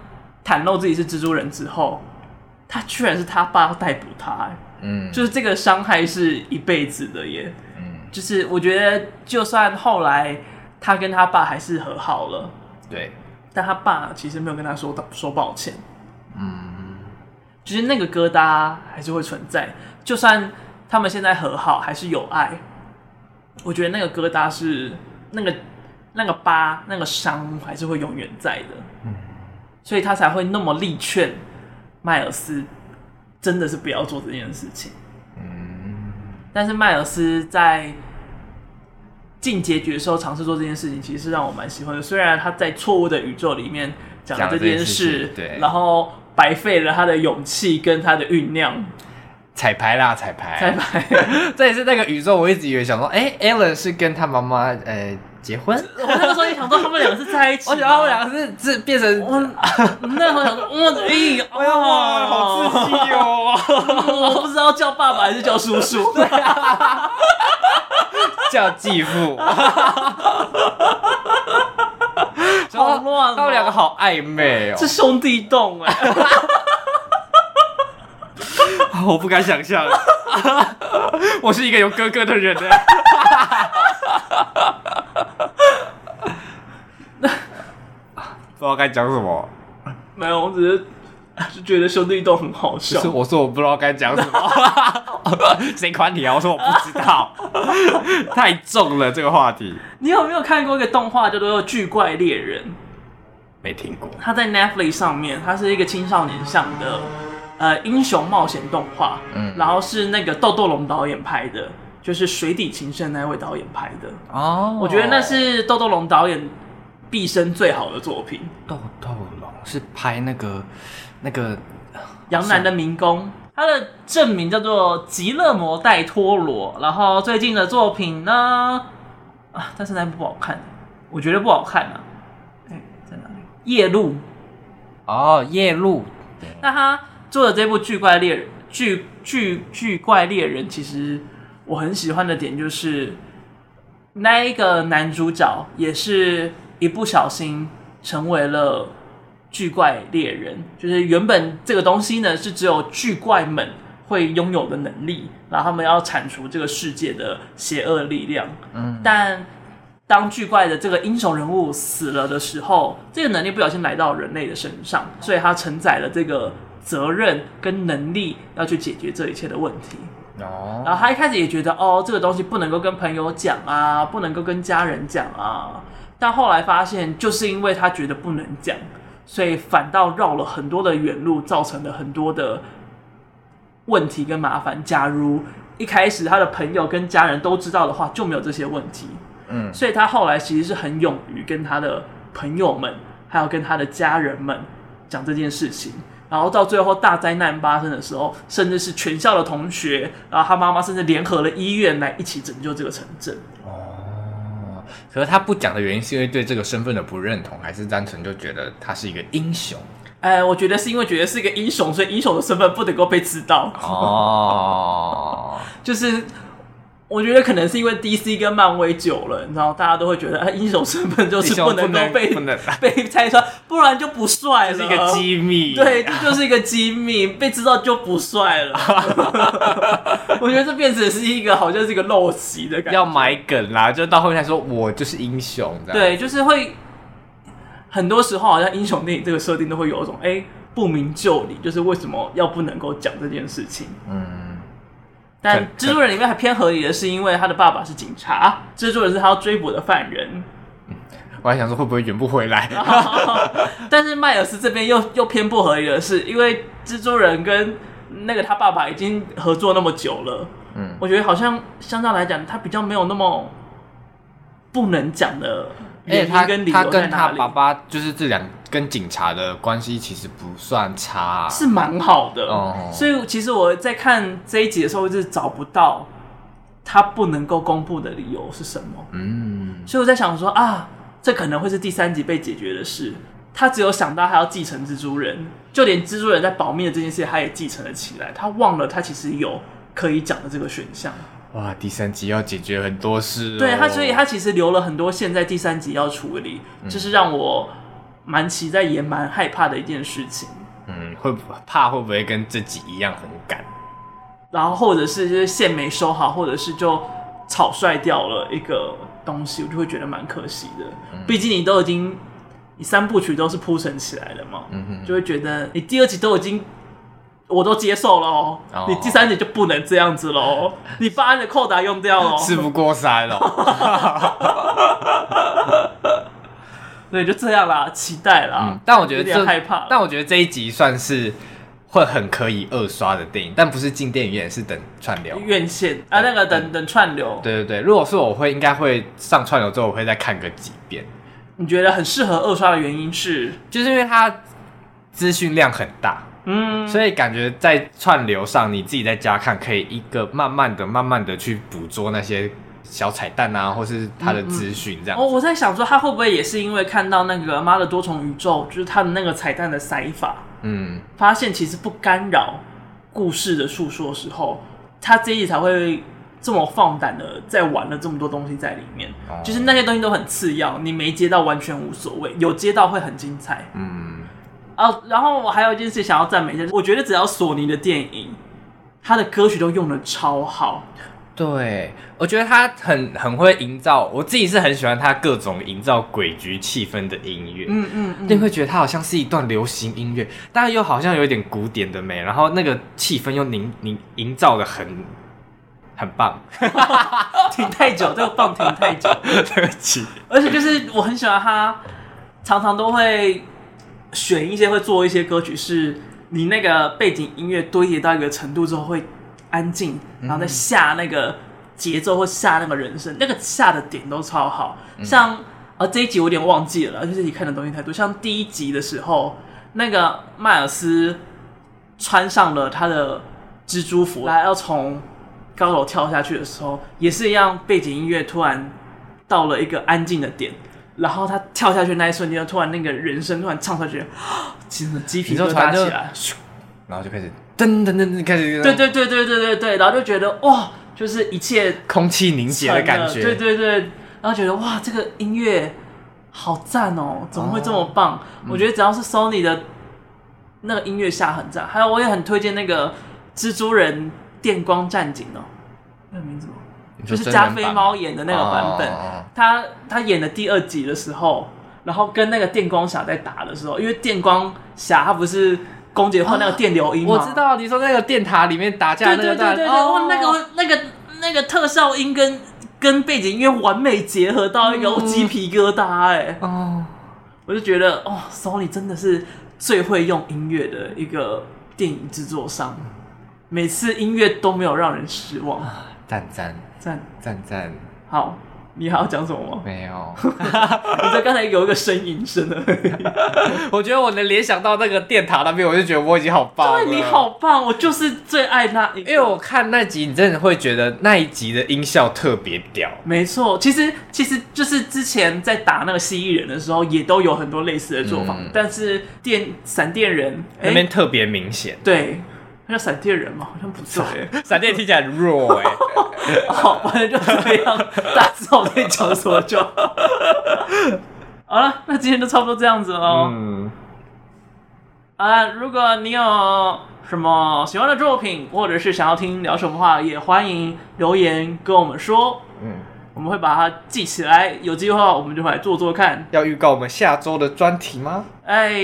S1: 袒露自己是蜘蛛人之后，他居然是他爸逮捕他、欸
S2: 嗯，
S1: 就是这个伤害是一辈子的耶。
S2: 嗯，
S1: 就是我觉得，就算后来他跟他爸还是和好了，
S2: 对，
S1: 但他爸其实没有跟他说道说抱歉，
S2: 嗯，
S1: 就是那个疙瘩还是会存在。就算他们现在和好，还是有爱，我觉得那个疙瘩是那个那个疤、那个伤还是会永远在的。
S2: 嗯
S1: 所以他才会那么力劝迈尔斯，真的是不要做这件事情。
S2: 嗯
S1: 但是迈尔斯在进结局的时候尝试做这件事情，其实是让我蛮喜欢的。虽然他在错误的宇宙里面讲了
S2: 讲了
S1: 这件
S2: 这件事
S1: 事，
S2: 情对
S1: 然后白费了他的勇气跟他的酝酿，
S2: 彩排啦，彩排，
S1: 才 白。
S2: 这也是那个宇宙，我一直以为想说，哎、a l a n 是跟他妈妈呃结婚，
S1: 我那个时候也想说他们两个是在一起吗，
S2: 我想他们两个是是变成，
S1: 我嗯那时候想说，我的意，哎呀
S2: 哇，好刺激哦，
S1: 我不知道叫爸爸还是叫叔 叔。
S2: 叫继 父，
S1: 好乱哦
S2: 他们两个好暧昧哦，
S1: 是兄弟洞哎、
S2: 我不敢想象，我是一个有哥哥的人欸呢。 不知道该讲什么，
S1: 没有，我只是就觉得兄弟洞很好
S2: 就
S1: 笑
S2: 是。我说我不知道该讲什么， 谁管你啊？我说我不知 道，太重了这个话题，
S1: 你有没有看过一个动画叫做《巨怪猎人》？
S2: 没听过。
S1: 它在 Netflix 上面，它是一个青少年向的呃英雄冒险动画，
S2: 嗯
S1: 然后是那个豆豆龙导演拍的，就是《水底情深》那位导演拍的。
S2: 哦，
S1: 我觉得那是豆豆龙导演毕生最好的作品，
S2: 豆豆龙是拍那个那个
S1: 《杨澜的民工》。它的正名叫做《极乐摩代托罗》，然后最近的作品呢，啊，但是那部不好看，我觉得不好看啊。哎、在哪里？夜路。
S2: 哦夜路，
S1: 那他做的这部《巨怪猎人》巨巨巨怪猎人，其实我很喜欢的点就是，那一个男主角也是一不小心成为了巨怪猎人，就是原本这个东西呢是只有巨怪们会拥有的能力，然后他们要铲除这个世界的邪恶力量。
S2: 嗯，
S1: 但当巨怪的这个英雄人物死了的时候，这个能力不小心来到人类的身上，所以他承载了这个责任跟能力，要去解决这一切的问题。然
S2: 哦，
S1: 后他一开始也觉得，哦，这个东西不能够跟朋友讲啊，不能够跟家人讲啊。但后来发现，就是因为他觉得不能讲，所以反倒绕了很多的远路，造成了很多的问题跟麻烦。假如一开始他的朋友跟家人都知道的话，就没有这些问题。
S2: 嗯，
S1: 所以他后来其实是很勇于跟他的朋友们，还有跟他的家人们讲这件事情。然后到最后大灾难发生的时候，甚至是全校的同学，然后他妈妈甚至联合了医院来一起拯救这个城镇。
S2: 哦。可是他不讲的原因是因为对这个身份的不认同，还是单纯就觉得他是一个英雄？
S1: 哎，我觉得是因为觉得是一个英雄，所以英雄的身份不能够被知道。
S2: 哦，
S1: 就是我觉得可能是因为 DC 跟漫威久了，你知道，大家都会觉得、啊、英雄身份就是不能够被
S2: 不能
S1: 被拆穿，不然就不帅了。
S2: 是一个机密，啊
S1: 对，这就是一个机密，被知道就不帅 了。我觉得这变成是一个好像是一个陋习的感觉。
S2: 要埋梗啦，就到后面才说我就是英雄，这样
S1: 对，就是会很多时候好像英雄电影这个设定都会有一种哎、不明就里，就是为什么要不能够讲这件事情。
S2: 嗯，
S1: 但
S2: 很
S1: 蜘蛛人里面还偏合理的是，因为他的爸爸是警察，蜘蛛人是他要追捕的犯人。
S2: 我还想说会不会圆不回来，
S1: 啊 但是迈尔斯这边又又偏不合理的是，因为蜘蛛人跟那个他爸爸已经合作那么久了，
S2: 嗯，
S1: 我觉得好像相较来讲，他比较没有那么不能讲的
S2: 而且
S1: 原
S2: 他
S1: 因哎跟理
S2: 他
S1: 由在
S2: 跟
S1: 哪
S2: 他
S1: 里，
S2: 爸爸就是这两跟警察的关系其实不算差、
S1: 是蛮好的。
S2: 哦
S1: 所以其实我在看这一集的时候，一直找不到他不能够公布的理由是什么。
S2: 嗯，
S1: 所以我在想说啊，这可能会是第三集被解决的事。他只有想到他要继承蜘蛛人，就连蜘蛛人在保命的这件事，他也继承了起来。他忘了他其实有可以讲的这个选项。
S2: 哇，第三集要解决很多事、哦，
S1: 对他，所以他其实留了很多线在第三集要处理，这、是让我蛮期待也蛮害怕的一件事情。
S2: 嗯，会不怕会不会跟这集一样很赶？
S1: 然后或者是就是线没收好，或者是就草率掉了一个东西，我就会觉得蛮可惜的。
S2: 嗯
S1: 毕竟你都已经你三部曲都是铺陈起来了嘛，
S2: 嗯哼
S1: 就会觉得你第二集都已经。我都接受了哦
S2: 哦
S1: 你第三集就不能这样子 喽，你把安的扣打用掉喽，
S2: 事不过三哦，
S1: 对，就这样啦，期待啦。
S2: 嗯，但我觉得
S1: 有点
S2: 这
S1: 害怕
S2: 但我觉得这一集算是会很可以二刷的电影，但不是进电影院，是等串流。
S1: 院线啊，那个等等串流，
S2: 对对对，如果是我会，应该会上串流之后，我会再看个几遍，
S1: 你觉得很适合二刷的原因是，
S2: 就是因为它资讯量很大，
S1: 嗯，
S2: 所以感觉在串流上，你自己在家看，可以一个慢慢的、慢慢的去捕捉那些小彩蛋啊，或是它的资讯这样。
S1: 哦，我在想说，他会不会也是因为看到那个《妈的多重宇宙》，就是他的那个彩蛋的塞法，
S2: 嗯，
S1: 发现其实不干扰故事的诉说时候，他这一集才会这么放胆的在玩了这么多东西在里面。
S2: 哦
S1: 就是那些东西都很次要，你没接到完全无所谓，有接到会很精彩。
S2: 嗯，
S1: 啊，然后我还有一件事想要赞美一下，我觉得只要索尼的电影，他的歌曲都用的超好，
S2: 对，我觉得他很很会营造，我自己是很喜欢他各种营造诡谲气氛的音乐。
S1: 嗯嗯嗯，
S2: 你会觉得它好像是一段流行音乐，但又好像有一点古典的美，然后那个气氛又凝凝营造的很很棒。
S1: 停太久，这个棒停太久。
S2: 对不起，
S1: 而且就是我很喜欢他，常常都会选一些会做一些歌曲，是你那个背景音乐堆叠到一个程度之后会安静，然后再下那个节奏或下那个人声，那个下的点都超好。像呃这一集我有点忘记了，就是你看的东西太多。像第一集的时候，那个迈尔斯穿上了他的蜘蛛服，来要从高楼跳下去的时候，也是一样，背景音乐突然到了一个安静的点，然后他跳下去那一瞬间，突然那个人声突然唱出来，觉得 啊真的鸡皮
S2: 你就
S1: 疙
S2: 突
S1: 瘩
S2: 然就
S1: 起来。，
S2: 然后就开始噔噔噔噔开始，
S1: 对，对对对对对对，然后就觉得哇，就是一切
S2: 空气凝结的感觉，
S1: 对对对，然后觉得哇，这个音乐好赞哦，嗯怎么会这么棒？我觉得只要是 Sony 的那个音乐下很赞，还有我也很推荐那个蜘蛛人电光战警哦，那个名字吗？
S2: 你
S1: 就
S2: 说
S1: 是
S2: 真人
S1: 加
S2: 版
S1: 菲猫演的那个版本，
S2: 哦哦哦
S1: 他他演的第二集的时候，然后跟那个电光侠在打的时候，因为电光侠他不是攻击换那个电流音吗？
S2: 我知道你说那个电塔里面打
S1: 对
S2: 架那个
S1: 对对
S2: 蛋，
S1: 对对，
S2: 哦
S1: 哇，那个那个那个特效音跟跟背景音乐完美结合到一个
S2: 嗯
S1: 我鸡皮疙瘩哎、
S2: 哦，
S1: 我就觉得哦，Sony 真的是最会用音乐的一个电影制作商，每次音乐都没有让人失望，
S2: 赞赞
S1: 赞
S2: 赞赞，
S1: 好。你还要讲什么吗？
S2: 没有，
S1: 你在刚才有一个呻吟声了，
S2: 我觉得我能联想到那个电塔那边，我就觉得我已经好棒了。
S1: 对，你，好棒，我就是最爱那一个，
S2: 因为我看那集，你真的会觉得那一集的音效特别屌。
S1: 没错，其实其实就是之前在打那个蜥蜴人的时候，也都有很多类似的做法，
S2: 嗯
S1: 但是电闪电人，哎、
S2: 那边特别明显，
S1: 对，那叫闪电人嘛，好像不对、
S2: 闪电听起来很弱 哎、
S1: 好，反正就这样，大家知道我在讲什么就好。 好了，那今天就差不多这样子喽。
S2: 嗯，
S1: 啊，如果你有什么喜欢的作品，或者是想要听聊什么话，也欢迎留言跟我们说，
S2: 嗯，
S1: 我们会把它记起来。有机会的话我们就来做做看。
S2: 要预告我们下周的专题吗？
S1: 哎，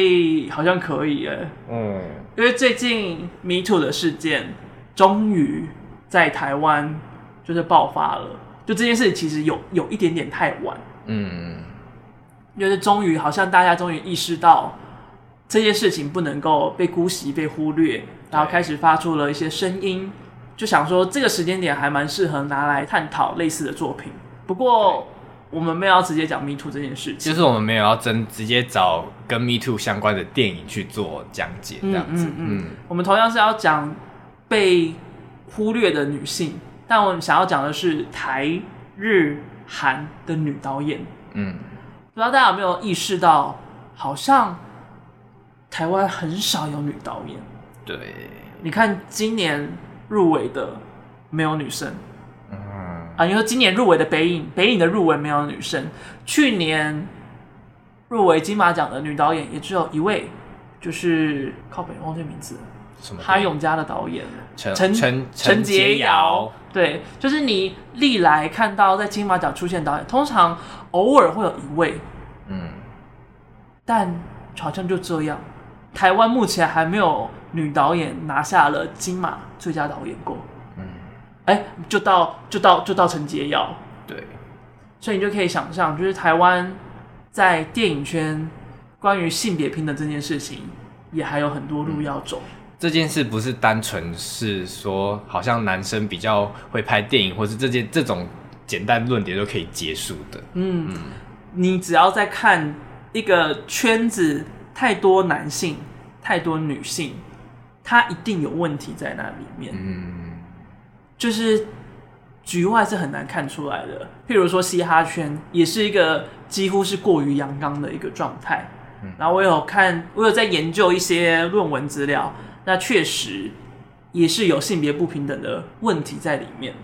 S1: 好像可以哎，
S2: 嗯，
S1: 因为最近 Me Too 的事件终于在台湾就是爆发了。就这件事其实有有一点点太晚，
S2: 嗯，
S1: 就是终于好像大家终于意识到这件事情不能够被姑息、被忽略，然后开始发出了一些声音，就想说这个时间点还蛮适合拿来探讨类似的作品。不过我们没有要直接讲 Me Too 这件事
S2: 就
S1: 情，
S2: 是我们没有要真直接找跟 Me Too 相关的电影去做讲解这样子，
S1: 嗯嗯我们同样是要讲被忽略的女性，但我们想要讲的是台日韩的女导演。
S2: 嗯
S1: 不知道大家有没有意识到，好像台湾很少有女导演。
S2: 对，
S1: 你看今年入围的没有女生
S2: 嗯
S1: 啊，你说今年入围的北影，北影的入围没有女生，去年入围金马奖的女导演也只有一位，就是靠北忘记名字了，
S2: 什么
S1: 哈永家的导演
S2: 陈
S1: 陈
S2: 陈
S1: 陈
S2: 洁
S1: 洁瑶，对，就是你历来看到在金马奖出现的导演，通常偶尔会有一位，
S2: 嗯，
S1: 但好像就这样。台湾目前还没有女导演拿下了金马最佳导演过。
S2: 嗯，
S1: 哎，就到就到就到陈洁瑶，
S2: 对，
S1: 所以你就可以想象，就是台湾在电影圈关于性别平等这件事情，也还有很多
S2: 嗯
S1: 路要走。
S2: 这件事不是单纯是说，好像男生比较会拍电影，或是这件这种简单论点就可以结束的。
S1: 嗯，你只要在看一个圈子太多男性、太多女性，它一定有问题在那里面。
S2: 嗯
S1: 就是局外是很难看出来的。譬如说嘻哈圈也是一个几乎是过于阳刚的一个状态。然后我有看，我有在研究一些论文资料，那确实也是有性别不平等的问题在里面。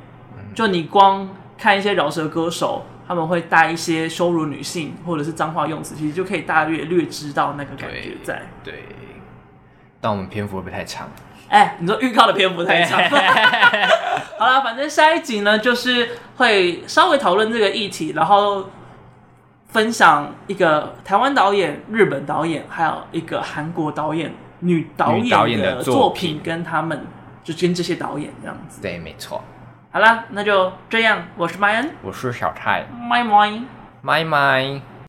S1: 就你光看一些饶舌歌手，他们会带一些羞辱女性或者是脏话用词，其实就可以大略略知道那个感觉
S2: 对
S1: 在。
S2: 对，但我们篇幅会不会太长？
S1: 哎，你说预告的篇幅太长。 好了，反正下一集呢，就是会稍微讨论这个议题，然后分享一个台湾导演、日本导演，还有一个韩国导演女导
S2: 女导演
S1: 演
S2: 的
S1: 的
S2: 作
S1: 作品
S2: 品，
S1: 跟他们就跟这些导演这样子。
S2: 对，没错，
S1: 好啦，那就这样，我是麦恩，
S2: 我是小蔡，
S1: 麦麦。
S2: 麦麦。